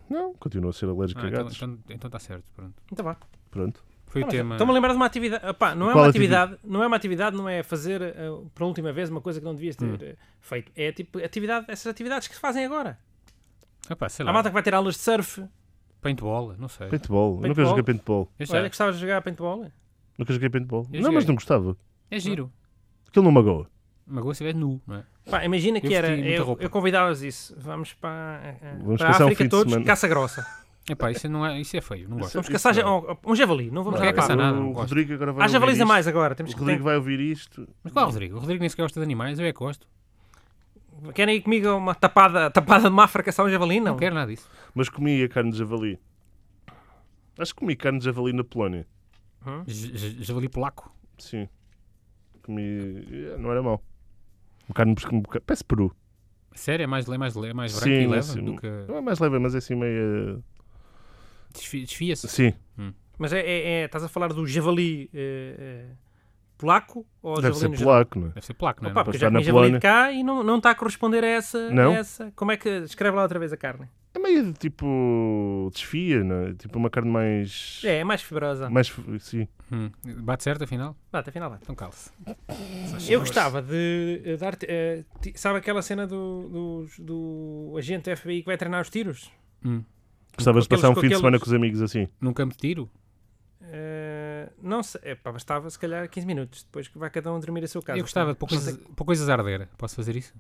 S3: Não, continuo a ser alérgico
S2: Ah,
S3: a
S2: então
S3: gatos. Então, é-
S2: está certo, pronto.
S1: Então vá. então,
S3: Pronto.
S2: Foi o tema.
S1: Estou-me a lembrar de uma atividade. Opá, não, é
S3: Qual
S1: uma atividade não é uma atividade, não é fazer uh, pela última vez uma coisa que não devias ter
S2: Hum.
S1: eh, feito. É tipo atividade, essas atividades que se fazem agora.
S2: Ah pá, sei
S1: Há
S2: lá,
S1: malta que vai ter aulas de surf.
S2: paintball, não sei. é-
S3: Paintball. Eu Nunca
S1: Paintball?
S3: joguei paintball.
S2: Eu já-
S1: Olha, gostavas de jogar paintball?
S3: Nunca joguei paintball.
S2: Eu
S3: não, mas
S2: joguei.
S3: não gostava.
S2: É giro.
S3: Aquilo não magoa.
S2: Magoa se estiver nu, não é?
S1: Pá, imagina que
S2: Eu
S1: era.
S2: vesti muita
S1: Eu,
S2: roupa.
S1: eu convidavas isso. Vamos para, eh,
S3: Vamos
S1: para a
S3: passar um fim
S1: África
S3: de
S1: todos,
S3: semana.
S1: caça grossa.
S2: É pá, isso, não é, isso é feio, não gosto.
S1: Vamos caçar ja- um, um javali. Não vamos
S2: Não quero
S1: dar
S2: caçar
S1: pá.
S2: nada, não
S3: o
S2: gosto. Ah,
S3: Rodrigo agora vai
S1: Há
S3: ouvir
S1: javalis a
S3: isto.
S1: mais agora. Temos
S3: O
S1: que
S3: Rodrigo vai ouvir isto.
S2: Mas qual é o Rodrigo? O Rodrigo nem sequer gosta de animais, eu é que gosto.
S1: tem- Querem ir comigo a uma tapada, tapada de máfra caçar um javali? Não.
S2: Não quero nada disso.
S3: Mas comi a carne de javali. Acho que comi carne de javali na Polónia.
S2: J- j- Javali polaco.
S3: Sim. Comi. eh, Não era mau. Um carne um boca- Parece peru.
S2: Sério, é mais, é mais, é mais branco
S3: Sim,
S2: e leve
S3: assim,
S2: do que...
S3: Não é mais leve, mas é assim meio. eh,
S2: Desfi- Desfia-se.
S3: Sim.
S1: Mas é, é- é- estás a falar do javali eh, eh, polaco ou
S3: Deve
S1: javali
S3: ser
S1: no geral?
S3: polaco, não é?
S2: Deve ser polaco, não é?
S1: Opa,
S2: Não-
S1: porque
S3: Para
S1: já
S3: estar
S1: tinha
S3: na
S1: javali de cá e não, não está a corresponder a essa,
S3: Não?
S1: a essa. Como é que. Escreve lá outra vez a carne.
S3: É meio de tipo. Desfia, não é? Tipo uma carne mais.
S1: É, é mais fibrosa.
S3: Mais. f- Sim.
S2: Hum, Bate certo, afinal?
S1: Bate, afinal bate.
S2: Então cala-se.
S1: Eu gostava de eh, dar. eh, ti- sabe aquela cena do, dos- do, agente FBI que vai treinar os tiros?
S2: Hum,
S3: Gostavas
S1: aqueles-
S3: de passar um
S1: com
S3: fim de semana
S1: aqueles-
S3: com os amigos assim.
S2: Num campo de tiro?
S1: Eh, não sei. Epá, bastava se calhar 15 minutos. Depois que vai cada um dormir a seu casa.
S2: Eu gostava de pôr coisas, pôr coisas a arder. Posso fazer isso?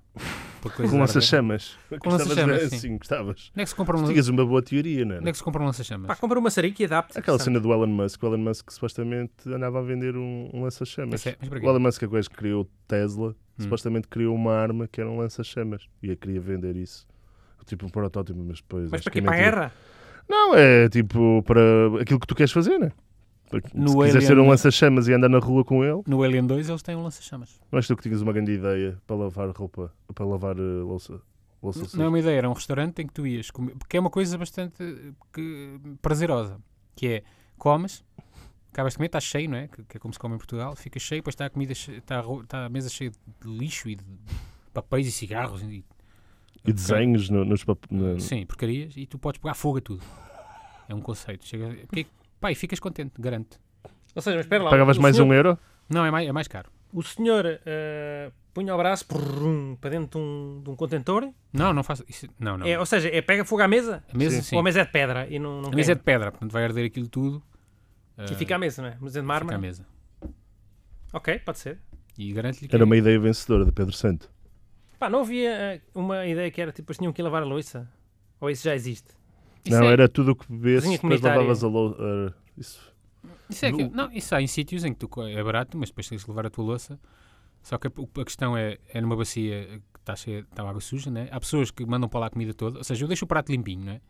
S2: Pôr coisas
S3: Com
S2: a arder.
S3: lança-chamas.
S2: lança-chamas,
S3: de-
S2: sim.
S3: Sim, gostavas.
S2: Onde é que se compra um,
S3: Tu
S2: onde
S3: Tinhas uma boa teoria, não
S2: é
S3: era?
S2: que se compra um lança-chamas?
S1: Pá, compra uma maçarica e adapta.
S3: Aquela cena do Elon Musk. O Elon Musk supostamente andava a vender um, um lança-chamas.
S2: Mas é- mas para quê?
S3: O Elon Musk, a coisa que criou o Tesla,
S2: Hum.
S3: supostamente criou uma arma que era um lança-chamas. E eu queria vender isso. Tipo um protótipo, mas depois.
S1: Mas
S3: acho
S1: para
S3: que
S1: quê?
S3: é
S1: Para a
S3: mentira.
S1: guerra?
S3: Não, é tipo para aquilo que tu queres fazer, né? Porque Se
S2: No
S3: quiser
S2: Alien-
S3: ser um lança-chamas e andar na rua com ele,
S2: No Alien 2 eles têm um lança-chamas.
S3: não és tu que tinhas uma grande ideia para lavar roupa, para lavar eh, louça. louça
S2: Não é
S3: suja.
S2: uma ideia, era um restaurante em que tu ias comer, porque é uma coisa bastante eh, que, prazerosa, que é comes, acabas de comer, estás cheio, não é? Que, que é como se come em Portugal, fica cheio, depois está a comida, che- está a, ro- está a mesa cheia de lixo e de papéis e cigarros e,
S3: E desenhos no- nos pap...
S1: né?
S3: na-
S2: sim, porcarias, e tu podes pegar fogo a tudo. É um conceito. Chega, porque, pá, e ficas contente, garanto.
S1: Ou seja, mas espera lá.
S3: Pagavas
S1: o
S3: mais
S1: senhor-
S3: um euro?
S2: Não, é mais, é mais caro.
S1: O senhor eh, punha o braço prrrum, para dentro de um, de um contentor.
S2: Não, não faço. Isso, não, não.
S1: É, ou seja, é pega fogo à mesa.
S2: A mesa, sim.
S1: Ou a mesa é de pedra e não, não
S2: A mesa
S1: queima.
S2: é de pedra, portanto vai arder aquilo tudo.
S1: E fica à mesa, não é? Museu de
S2: Fica à
S1: mármore.
S2: mesa.
S1: Ok, pode ser.
S2: E garanto-lhe que.
S3: Era uma ideia vencedora de Pedro Santo.
S1: Pá, não havia eh, uma ideia que era tipo, eles tinham que ir lavar a louça? Ou isso já existe?
S2: Isso
S3: não,
S2: é-
S3: era tudo o que bebesse,
S1: Cozinha
S3: depois
S1: comunitária.
S3: lavavas a louça. Isso.
S2: Isso é que, não, isso há em sítios em que tu, co- é barato, mas depois tens que levar a tua louça. Só que a, o- a questão é, é numa bacia que está cheia está água suja, né? Há pessoas que mandam para lá a comida toda, ou seja, eu deixo o prato limpinho, né?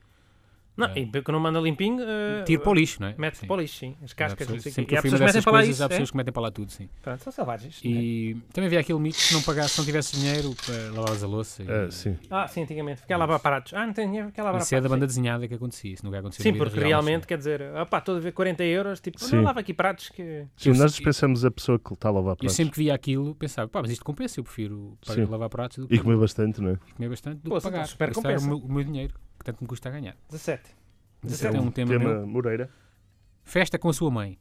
S1: Não, e que não manda limpinho, eh,
S2: Tiro para o lixo, né?
S1: mete
S2: Sim.
S1: para o lixo, sim. As
S2: Há
S1: cascas, não
S2: pessoas,
S1: sei o
S2: sempre
S1: quê.
S2: que
S1: E
S2: eu
S1: há
S2: fiz
S1: pessoas é. que metem
S2: essas
S1: para lá
S2: coisas,
S1: isso.
S2: há
S1: é?
S2: pessoas que metem para lá tudo, sim.
S1: Pronto, são selvagens.
S2: E também havia aquele mito que se não, pagasse, se não tivesse dinheiro para lavares a louça. Hum. e-
S3: Ah, sim.
S1: Ah, sim, antigamente. Fiquei a lavar parados. Ah, não tenho dinheiro, fiquei a lavar
S2: Isso é da
S1: parados,
S2: banda desenhada que acontecia, isso nunca
S1: sim.
S2: acontecia
S1: Sim,
S2: na vida
S1: porque
S2: real,
S1: realmente,
S2: assim.
S1: quer dizer, opá, estou a ver 40 euros, tipo,
S3: Sim.
S1: não lava aqui pratos que...
S3: Sim,
S2: Eu
S3: nós
S2: se-
S3: dispensamos a pessoa que está a lavar
S2: Eu
S3: pratos.
S2: sempre que via aquilo pensava, pá, mas isto compensa, eu prefiro pagar-
S3: Sim.
S2: lavar pratos do que
S3: E comer bastante, não é?
S2: comer bastante do
S1: Pô,
S2: que
S1: então
S2: pagar,
S1: super
S2: gastar o
S1: compensa.
S2: meu, o meu dinheiro, que tanto me custa a ganhar.
S1: 17.
S2: Isso
S1: Esse
S2: é, um tema, meu.
S3: Moreira.
S2: Festa com a sua mãe.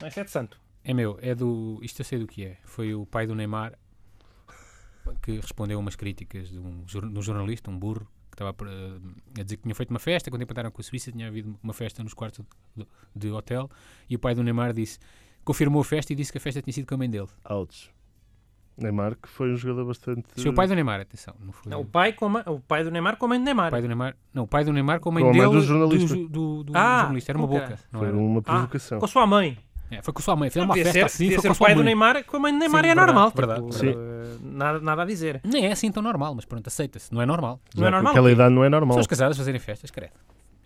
S1: Não, isto é de santo.
S2: É meu, é do. Isto eu sei do que é. Foi o pai do Neymar que respondeu a umas críticas de um, jor- de um jornalista, um burro, que estava para- a dizer que tinha feito uma festa. Quando empataram com a Suíça, tinha havido uma festa nos quartos do- de hotel. E o pai do Neymar disse. Confirmou a festa e disse que a festa tinha sido com a mãe dele.
S3: Altos. Neymar, que foi um jogador bastante.
S2: Seu pai do Neymar, atenção, não foi.
S1: Não, É o, pai com a ma- o pai do Neymar com a mãe do Neymar.
S2: O pai do Neymar, não, o pai do Neymar com a mãe
S3: Com a mãe
S2: dele
S3: do jornalista.
S2: do, do- do
S1: Ah,
S2: jornalista. Era uma
S1: com
S2: boca.
S1: cara.
S2: Não
S3: Foi
S2: era.
S3: uma
S1: Ah,
S3: provocação.
S1: com a sua mãe.
S2: É, foi com a sua mãe. Fez
S1: Não,
S2: uma
S1: podia
S2: festa
S1: ser,
S2: assim,
S1: podia
S2: foi
S1: ser
S2: com a
S1: o
S2: sua
S1: pai do
S2: mãe.
S1: Neymar com a mãe do Neymar
S2: Sim,
S1: e é
S2: verdade,
S1: normal.
S2: verdade,
S1: tipo,
S3: verdade.
S1: eh, nada, nada a dizer.
S2: Nem é assim tão normal, mas pronto, aceita-se. Não é normal.
S3: Já
S1: não é
S3: com
S1: normal,
S3: Aquela
S1: ok.
S3: idade não é normal.
S2: Pessoas casadas fazerem festas, credo.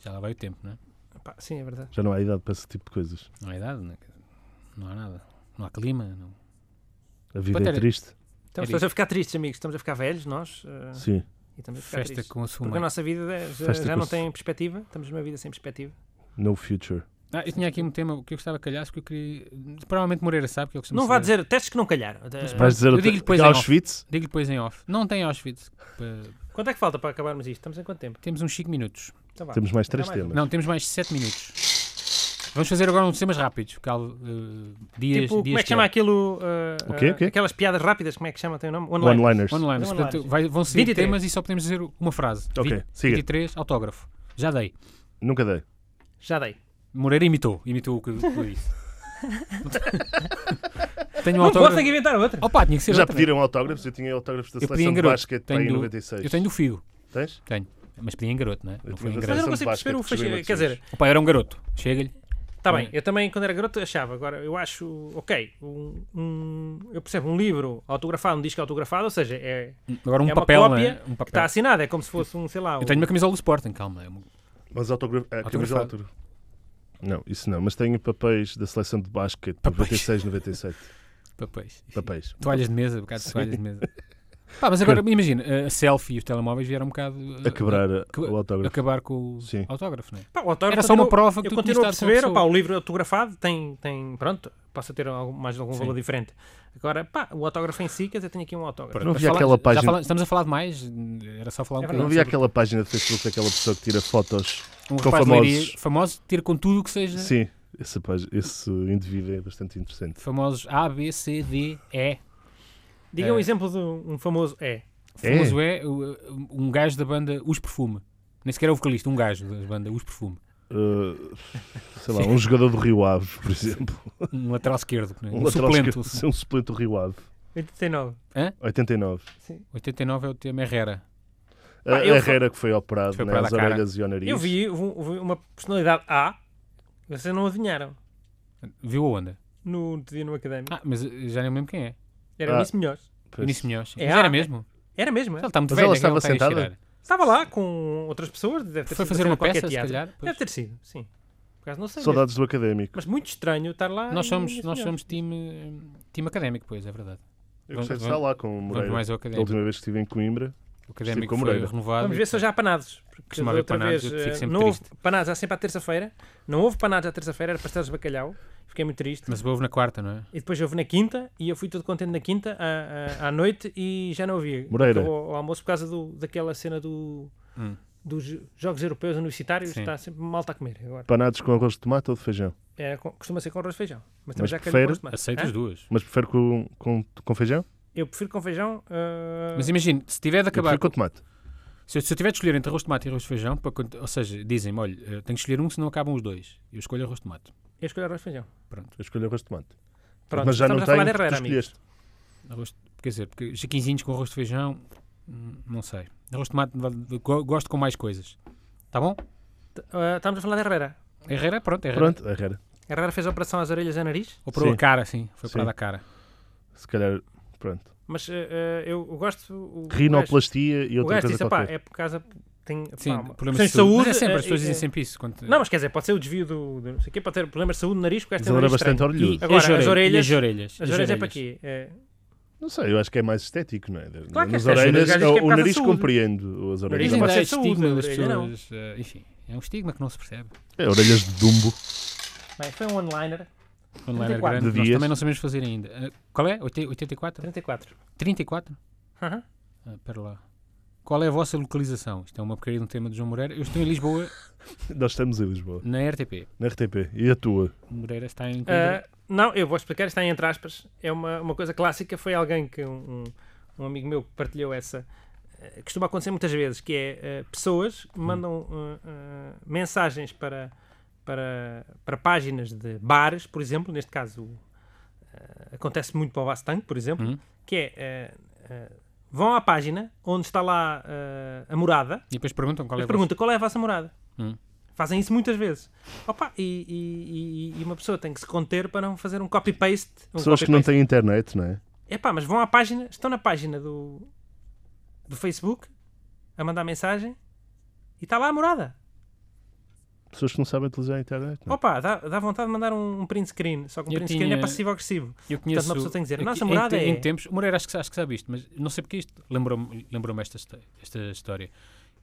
S2: Já lá vai o tempo, não é?
S1: Pá, sim, é verdade.
S3: Já não há idade para esse tipo de coisas.
S2: Não há idade, não, é? não há nada. Não há clima. Não...
S3: A vida é
S2: Pantera.
S3: triste.
S1: Estamos
S2: Era
S1: todos Então, a ficar tristes, amigos. Estamos a ficar velhos, nós.
S2: Ah.
S1: eh,
S3: Sim.
S1: e estamos a ficar
S2: Festa
S1: tristes.
S2: com a sua
S1: Porque a
S2: mãe.
S1: nossa vida eh, já,
S3: Festa
S1: já
S3: com
S1: não
S3: su-
S1: tem perspectiva. Estamos numa vida sem perspectiva.
S3: No future.
S2: Ah, eu tinha aqui um tema que eu gostava que calhasse, que eu queria. Provavelmente Moreira sabe que ele costuma
S1: Não vá
S2: saber.
S1: dizer testes que não calharam. Eh,
S3: Vais
S2: Ah.
S3: dizer
S2: eu
S3: outra-
S2: digo-lhe depois em
S3: Auschwitz?
S2: Digo-lhe depois em off. Não tem Auschwitz. Pa-
S1: Quanto é que falta para acabarmos isto? Estamos em quanto tempo?
S2: Temos uns 5 minutos.
S1: Então vá.
S3: Temos mais
S1: Ainda
S3: três
S1: mais um.
S3: temas.
S2: Não, temos mais 7 minutos. Vamos fazer agora uns temas rápidos. Cal, eh, dias,
S1: Tipo,
S2: dias
S1: como é que chama aquilo? eh,
S3: O quê,
S1: eh,
S3: o quê?
S1: Aquelas piadas rápidas, como é que chama? Tem o nome? Online.
S3: One-liners.
S2: Online.
S1: Online,
S2: Portanto,
S1: sim.
S2: vai- vão seguir
S1: 23.
S2: temas e só podemos dizer uma frase.
S3: Ok,
S2: Vinte-
S3: siga.
S2: 23, autógrafo. Já dei.
S3: Nunca dei.
S1: Já dei.
S2: Moreira imitou, imitou o que o que eu disse.
S1: Não
S2: tenho um
S1: posso, tem
S2: autógrafo.
S1: que inventar outra.
S2: Opa, tinha que ser
S3: Já
S2: outra.
S3: pediram autógrafos? Eu tinha autógrafos da
S2: Eu pedi
S3: seleção
S2: em
S3: de
S2: garoto.
S3: basquete para aí em
S2: Tenho do-
S3: 96.
S2: Eu tenho do Figo,
S3: Tens?
S2: tenho. Mas pedi em garoto, não é?
S3: Eu
S2: Não
S3: tinha
S2: foi em
S3: da
S1: Mas eu
S2: garoto.
S3: seleção
S1: não
S3: de
S1: consigo perceber o
S3: basquete dos
S1: fascismo. Quer
S3: Grêmatozinhos.
S1: dizer,
S2: O pai era um garoto. Chega-lhe.
S1: Está bem,
S2: Bem.
S1: eu também quando era garoto achava. Agora eu acho, ok, um, um- eu percebo um livro autografado, um disco autografado, ou seja, é,
S2: Agora um
S1: é uma
S2: papel, não
S1: cópia
S2: é? Um
S1: que está
S2: papel.
S1: assinado, é como se fosse um, sei lá, um,
S2: Eu tenho uma camisola do Sporting, calma. é uma-
S3: Mas é, autógrafo. A camisola
S2: Autografado.
S3: autógrafo. Não, isso não. Mas tenho papéis da seleção de basquete de
S2: Papéis.
S3: 96, 97.
S2: Papéis.
S3: Papéis.
S2: Toalhas de mesa, um bocado de toalhas de mesa. Pá, mas agora imagina, a selfie e os telemóveis vieram um bocado eh,
S3: A quebrar eh,
S2: que-
S3: o autógrafo.
S2: acabar com o
S3: Sim.
S2: autógrafo, não é?
S1: Pá, o autógrafo
S2: Era só uma
S1: continua-
S2: prova que
S1: eu
S2: tu
S1: continuo a
S2: tinhas estado com a
S1: perceber,
S2: pessoa.
S1: opá, o livro autografado tem, tem pronto, possa ter algum- mais algum valor diferente. Agora, pá, o autógrafo em si, quer dizer, tenho aqui um autógrafo.
S3: Não
S2: Mas
S3: havia
S2: fala-
S3: aquela
S2: já
S3: página-
S2: fala- estamos a falar demais, era só falar um
S1: É
S2: bocadinho.
S3: Não havia aquela página de Facebook daquela pessoa que tira fotos
S2: um
S3: com
S2: rapaz de
S3: famosos.
S2: Leiria, famoso, tira com tudo o que seja.
S3: Sim, esse, rapaz- esse indivíduo é bastante interessante.
S2: Famosos A, B, C, D, E.
S1: Diga um
S2: É.
S1: exemplo de um famoso é.
S2: Famoso é, o- um gajo da banda Os Perfume. Nem sequer é o vocalista, um gajo da banda Os Perfume.
S3: Uh, sei lá, um jogador do Rio Ave, por exemplo.
S2: Um lateral esquerdo, né? um,
S3: lateral
S2: suplente.
S3: esquerdo- um suplente do Rio Ave.
S1: 89.
S3: 89.
S1: Sim.
S2: 89 é o tema Herrera.
S3: A
S1: Ah, eu
S3: Herrera que foi operado
S2: Foi operado
S3: nas
S2: à cara.
S3: orelhas e ao nariz.
S1: Eu vi, um- vi uma personalidade A, vocês não adivinharam,
S2: Viu a onda?
S1: no outro dia no Académico.
S2: Ah, mas eh, já nem me lembro quem é.
S1: Era
S3: Ah.
S1: nisso melhor.
S3: Pois.
S2: Início Melhores.
S1: É
S2: mas
S1: A.
S2: era mesmo.
S1: Era mesmo, é?
S2: Ele está muito
S3: Mas
S2: velho.
S3: ela
S2: é que ele
S3: estava
S2: está a
S3: sentada?
S2: cheirar.
S1: Estava lá com outras pessoas. Deve ter
S2: Foi
S1: sido
S2: fazer
S1: a
S2: uma
S1: qualquer
S2: peça, se
S1: teatro.
S2: calhar. pois.
S1: Deve ter sido, sim. Por acaso não sei. mesmo.
S3: Saudades do académico.
S1: Mas muito estranho estar lá.
S2: Nós
S1: e-
S2: somos,
S1: nesse
S2: nós
S1: melhor.
S2: somos time, eh, time académico, pois, é verdade.
S3: Eu
S2: Vamos-
S3: gostei de estar lá com o
S2: Vamos
S3: Moreira.
S2: mais ao
S3: Da
S2: académico.
S3: última vez que estive em Coimbra,
S2: O académico
S3: com
S2: foi
S3: Moreira.
S2: renovado.
S1: Vamos ver se hoje há panados. Porque
S2: Costuma
S1: da
S2: haver
S1: outra
S2: panados,
S1: vez,
S2: eu fico
S1: eh,
S2: sempre
S1: não houve
S2: triste.
S1: panados, há sempre à terça-feira. Não houve panados à terça-feira, era pastéis de bacalhau. Fiquei muito triste.
S2: Mas houve na quarta, não é?
S1: E depois houve na quinta e eu fui todo contente na quinta à, à- à noite e já não havia.
S3: Moreira.
S1: Acabou O almoço por causa do, daquela cena do.
S2: Hum.
S1: dos jogos europeus universitários,
S2: Sim.
S1: está sempre malta a comer agora.
S3: Panados com arroz de tomate ou de feijão?
S1: É, co- costuma ser com arroz e feijão. Mas,
S3: Mas
S1: também já calhou
S3: prefere-
S1: com arroz de tomate.
S2: Aceito
S1: Hã?
S2: as duas.
S3: Mas prefere com, com, com feijão?
S1: Eu prefiro com feijão. ah,
S2: Mas imagina, se tiver de
S3: Eu
S2: acabar.
S3: prefiro com tomate.
S2: Se eu, se eu tiver de escolher entre arroz de tomate e arroz de feijão, para cont- ou seja, dizem-me, olha, eh, tenho que escolher um, senão acabam os dois. Eu escolho arroz de tomate.
S1: Eu escolho arroz e feijão.
S3: Eu escolho arroz de tomate.
S1: Pronto,
S3: Mas já
S1: estamos
S3: não
S1: a falar
S3: tenho,
S1: de
S3: tu
S1: Herrera, amigos.
S3: escolheste.
S2: Arroz, quer dizer, porque chiquinzinhos com arroz de feijão, hum, não sei. Arroz de tomate va- go- gosto com mais coisas. Tá bom?
S1: T- ah, estamos a falar de Herrera.
S2: Herrera, pronto, Herrera.
S3: Pronto, Herrera.
S1: Herrera fez a operação às orelhas e ao nariz,
S2: Ou para
S3: Sim.
S2: a cara, sim. Foi
S3: Sim.
S2: para a cara.
S3: Se calhar, pronto.
S1: mas ah, ah, eu gosto. O, o gajo-
S3: Rinoplastia e
S1: o
S3: outra
S1: gajo
S3: coisa
S1: disse, "Pá,
S3: qualquer.
S1: é por causa. Tem pá,
S2: Sim,
S1: uma-
S2: problemas
S1: questões
S2: de saúde. Mas é
S1: saúde,
S2: sempre,
S1: ah,
S2: as pessoas
S1: e-
S2: dizem sempre isso. Quando...
S1: Não, mas quer dizer, pode ser o desvio do. do não sei o quê, pode ter problemas de saúde no nariz, porque o gajo
S3: Mas
S1: tem um
S3: ele era
S1: nariz estranho.
S2: E
S3: bastante orelhudo.
S1: Agora, as
S2: orelhas, e
S1: orelhas-
S2: as orelhas.
S1: As orelhas é para quê? É,
S3: Não sei, eu acho que é mais estético, não é?
S1: Claro que é
S3: Nas
S1: estético, mas o
S3: orelhas,
S1: gajo diz que é por
S3: o
S1: causa da
S3: nariz
S1: saúde.
S3: compreendo.
S1: Nariz
S3: As orelhas, é
S1: Mas
S2: Dizem que
S3: mais-
S1: ainda-
S2: há
S1: é saúde,
S2: estigma das
S1: orelha não.
S2: pessoas. eh, Enfim, é um estigma que não se percebe.
S3: é orelhas de dumbo.
S1: bem, foi um one-liner
S2: Quando era
S1: 34.
S2: grande,
S3: De
S2: nós
S3: dias.
S2: também não sabemos fazer ainda. Eh, Qual é? Oitenta- 84?
S1: 34.
S2: 34?
S1: Aham.
S2: Ah, pera lá. Qual é a vossa localização? Isto é uma porcaria de um tema de João Moreira. Eu estou em Lisboa,
S3: Nós estamos em Lisboa,
S2: na RTP.
S3: na RTP. E a tua?
S1: Um
S2: O Moreira está em Coimbra.
S1: Ah, não, eu vou explicar, está entre aspas. É uma, uma coisa clássica. Foi alguém que um, um- um amigo meu que partilhou essa. eh, Costuma acontecer muitas vezes, que é eh, pessoas que mandam eh, eh, mensagens para, para, para páginas de bares, por exemplo, neste caso eh, acontece muito para o Bastang, por exemplo,
S2: Uhum.
S1: que é eh, eh, vão à página onde está lá eh, a morada
S2: E depois perguntam qual é
S1: Mas
S2: a
S1: pergunta qual é a vossa morada.
S2: Hum.
S1: Fazem isso muitas vezes. Opa, e, e- e- e uma pessoa tem que se conter para não fazer um copy-paste. Um
S3: Pessoas que não têm internet, não é?
S1: É pá, mas vão à página, estão na página do, do Facebook a mandar mensagem e está lá a morada.
S3: Pessoas que não sabem utilizar a internet. Não. é?
S1: Opa, dá, dá vontade de mandar um, um print screen, só que um
S2: Eu
S1: print screen é
S2: tinha-
S1: passivo-agressivo.
S2: vossa. Eu
S1: Portanto,
S2: conheço...
S1: uma pessoa tem que dizer,
S2: aqui-
S1: "Nossa,
S2: em
S1: morada
S2: te-
S1: é-"
S2: Em tempos... Moreira, acho que, acho que sabe isto, mas não sei porque isto lembrou-me lembrou esta, histó- esta história.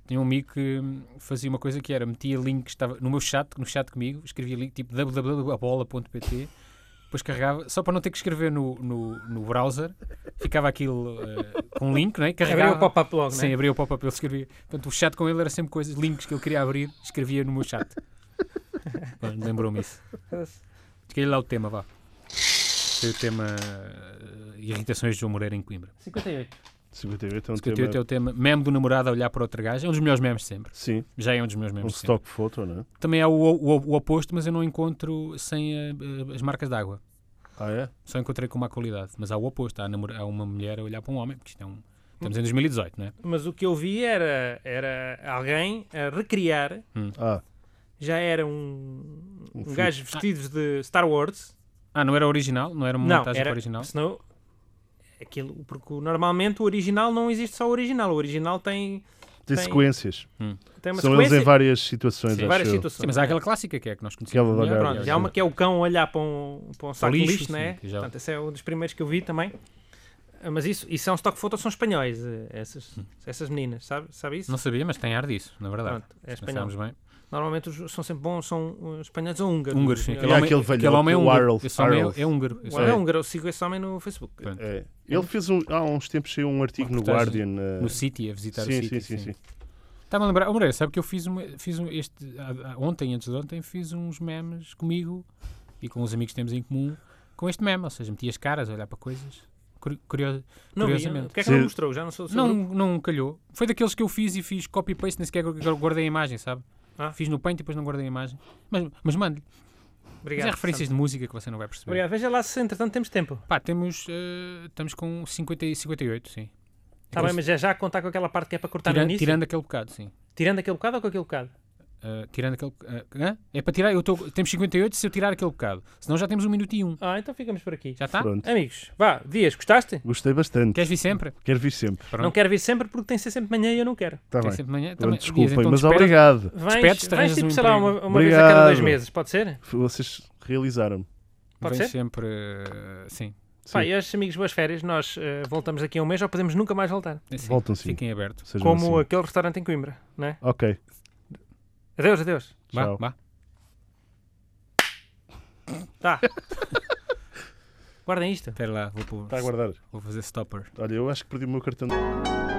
S2: Tinha um amigo que hum, fazia uma coisa que era, metia link, estava no meu chat, no chat comigo, escrevia link tipo www.abola.pt, depois carregava, só para não ter que escrever no, no, no browser, ficava aquilo eh, com link, né?
S1: Abriu
S2: carregava...
S1: o pop-up logo,
S2: Sim,
S1: né?
S2: abria o pop-up, ele escrevia. Portanto, o chat com ele era sempre coisas, links que ele queria abrir, escrevia no meu chat. Bom, Lembrou-me isso.
S1: né?
S2: Escolhi lá o tema, vá. Foi o tema eh, Irritações de João Moreira em Coimbra.
S1: 58.
S3: 58 é um
S2: 58 é
S3: tema...
S2: o tema meme do namorado a olhar para outra gaja. É um dos melhores memes de sempre.
S3: Sim,
S2: Já é um dos melhores
S3: um
S2: memes de sempre.
S3: stock photo, não é?
S2: Também há o, o- o oposto, mas eu não encontro sem eh, eh, as marcas d'água.
S3: Ah, é?
S2: Só encontrei com má qualidade. Mas há o oposto. Há, a namora- há uma mulher a olhar para um homem, porque isto é um... Estamos em 2018, não é?
S1: Mas o que eu vi era, era alguém a recriar,
S3: Ah,
S1: já era um,
S3: Um
S1: um
S3: filme.
S1: gajo vestido de Star Wars.
S2: Ah, não era original? Não era uma
S1: Não,
S2: montagem
S1: era-
S2: original?
S1: Senão, aquilo, porque normalmente o original não existe só o original. O original tem,
S3: tem
S1: Tem-
S3: sequências.
S2: É,
S1: tem uma
S3: São eles
S1: sequência
S3: em várias situações,
S2: Sim,
S3: acho
S1: várias
S3: eu.
S1: situações.
S2: Sim, mas há aquela clássica que é a que nós conhecemos.
S3: Aquela
S2: Mulher,
S3: da-
S1: Pronto,
S2: olha,
S1: já há uma que é o cão olhar para um, para um saco de
S2: lixo,
S1: lixo,
S2: sim,
S1: né?
S2: que já-
S1: Portanto, esse é um dos primeiros que eu vi também. Ah, Mas isso, isso é um stock photo, são espanhóis, eh, essas, essas meninas, sabe, sabe isso?
S2: Hum. Não sabia, mas tem ar disso, na verdade.
S1: Pronto, é
S2: Se
S1: espanhol.
S2: pensarmos bem.
S1: Normalmente os, são sempre bons, são eh, espanhóis ou húngaros.
S2: Húngaros, sim.
S1: Os
S2: Aquele
S3: E há
S1: melhores.
S2: homem,
S3: aquele velhote,
S2: aquele homem é
S3: o
S2: húngaro.
S3: Arles,
S2: Esse homem
S3: Arles.
S2: é, é húngaro. Esse
S1: O homem
S2: homem
S1: é húngaro, eu sigo esse homem no Facebook.
S2: Pronto.
S3: É. Ele fez um, há uns tempos saiu um artigo
S2: Uma
S3: no
S2: reportagem
S3: Guardian. eh,
S2: é No City, a visitar o
S3: sim,
S2: City.
S3: sim, sim, sim.
S2: Está-me a lembrar. Oh, Moreira, sabe que eu fiz, uma, fiz um, este, há- há- ontem, antes de ontem, fiz uns memes comigo e com os amigos que temos em comum com este meme. Ou seja, meti as caras a olhar para coisas. Curi- Curioso.
S1: Não vi,
S2: Curiosamente.
S1: porque é que não
S3: Sim.
S1: mostrou? Já não sou do seu
S2: Não,
S1: grupo.
S2: não calhou. Foi daqueles que eu fiz e fiz copy-paste, nem sequer guardei a imagem, sabe?
S1: Ah.
S2: Fiz no Paint e depois não guardei a imagem. Mas, mas mando-lhe. Mas
S1: Obrigado.
S2: é referências de música que você não vai perceber.
S1: Obrigado. Veja lá se entretanto temos tempo.
S2: Pá, temos. eh, estamos com 50 e 58, sim.
S1: Está bem, mas é já a contar com aquela parte que é para cortar no
S2: tirando,
S1: início?
S2: tirando aquele bocado, sim.
S1: Tirando aquele bocado ou com aquele bocado?
S2: Eh, tirando aquele. eh, hã? é para tirar. Eu tô, temos 58 se eu tirar aquele bocado. Senão já temos um minuto e um.
S1: Ah, então ficamos por aqui.
S2: Já está?
S3: Pronto.
S1: Amigos, vá, Dias, gostaste?
S3: Gostei bastante.
S2: Queres vir sempre?
S3: Quero vir sempre.
S2: Pronto.
S1: Não quero vir sempre porque tem de ser sempre manhã e eu não quero.
S3: Está
S2: Quer
S3: bem.
S2: sempre de manhã?
S3: Pronto,
S2: Também-
S3: desculpem,
S2: Dias, então
S3: mas
S2: despede.
S3: obrigado.
S1: Vens,
S2: Despedes-te,
S1: vens
S2: arranjas
S1: tipo,
S2: um
S1: sei lá,
S2: emprego.
S1: uma, uma vez a cada dois
S3: Obrigado.
S1: meses, pode ser?
S3: Vocês realizaram-me.
S1: Pode
S2: Vem
S1: ser?
S2: sempre. eh, sim.
S1: Pá,
S3: Sim.
S1: e aos amigos, boas férias. Nós eh, voltamos aqui a um mês ou podemos nunca mais voltar.
S2: sim.
S3: Voltam sim.
S2: assim. Fiquem abertos.
S3: Sejam
S1: Como
S3: assim.
S1: aquele restaurante em Coimbra, não é?
S3: Ok.
S1: Adeus, adeus.
S2: Vá,
S3: Tchau.
S2: vá.
S1: Tá. Guardem isto.
S2: Espera lá, vou, pôr-
S3: Está Tá a guardar.
S2: vou fazer stopper.
S3: Olha, eu acho que perdi o meu cartão. de-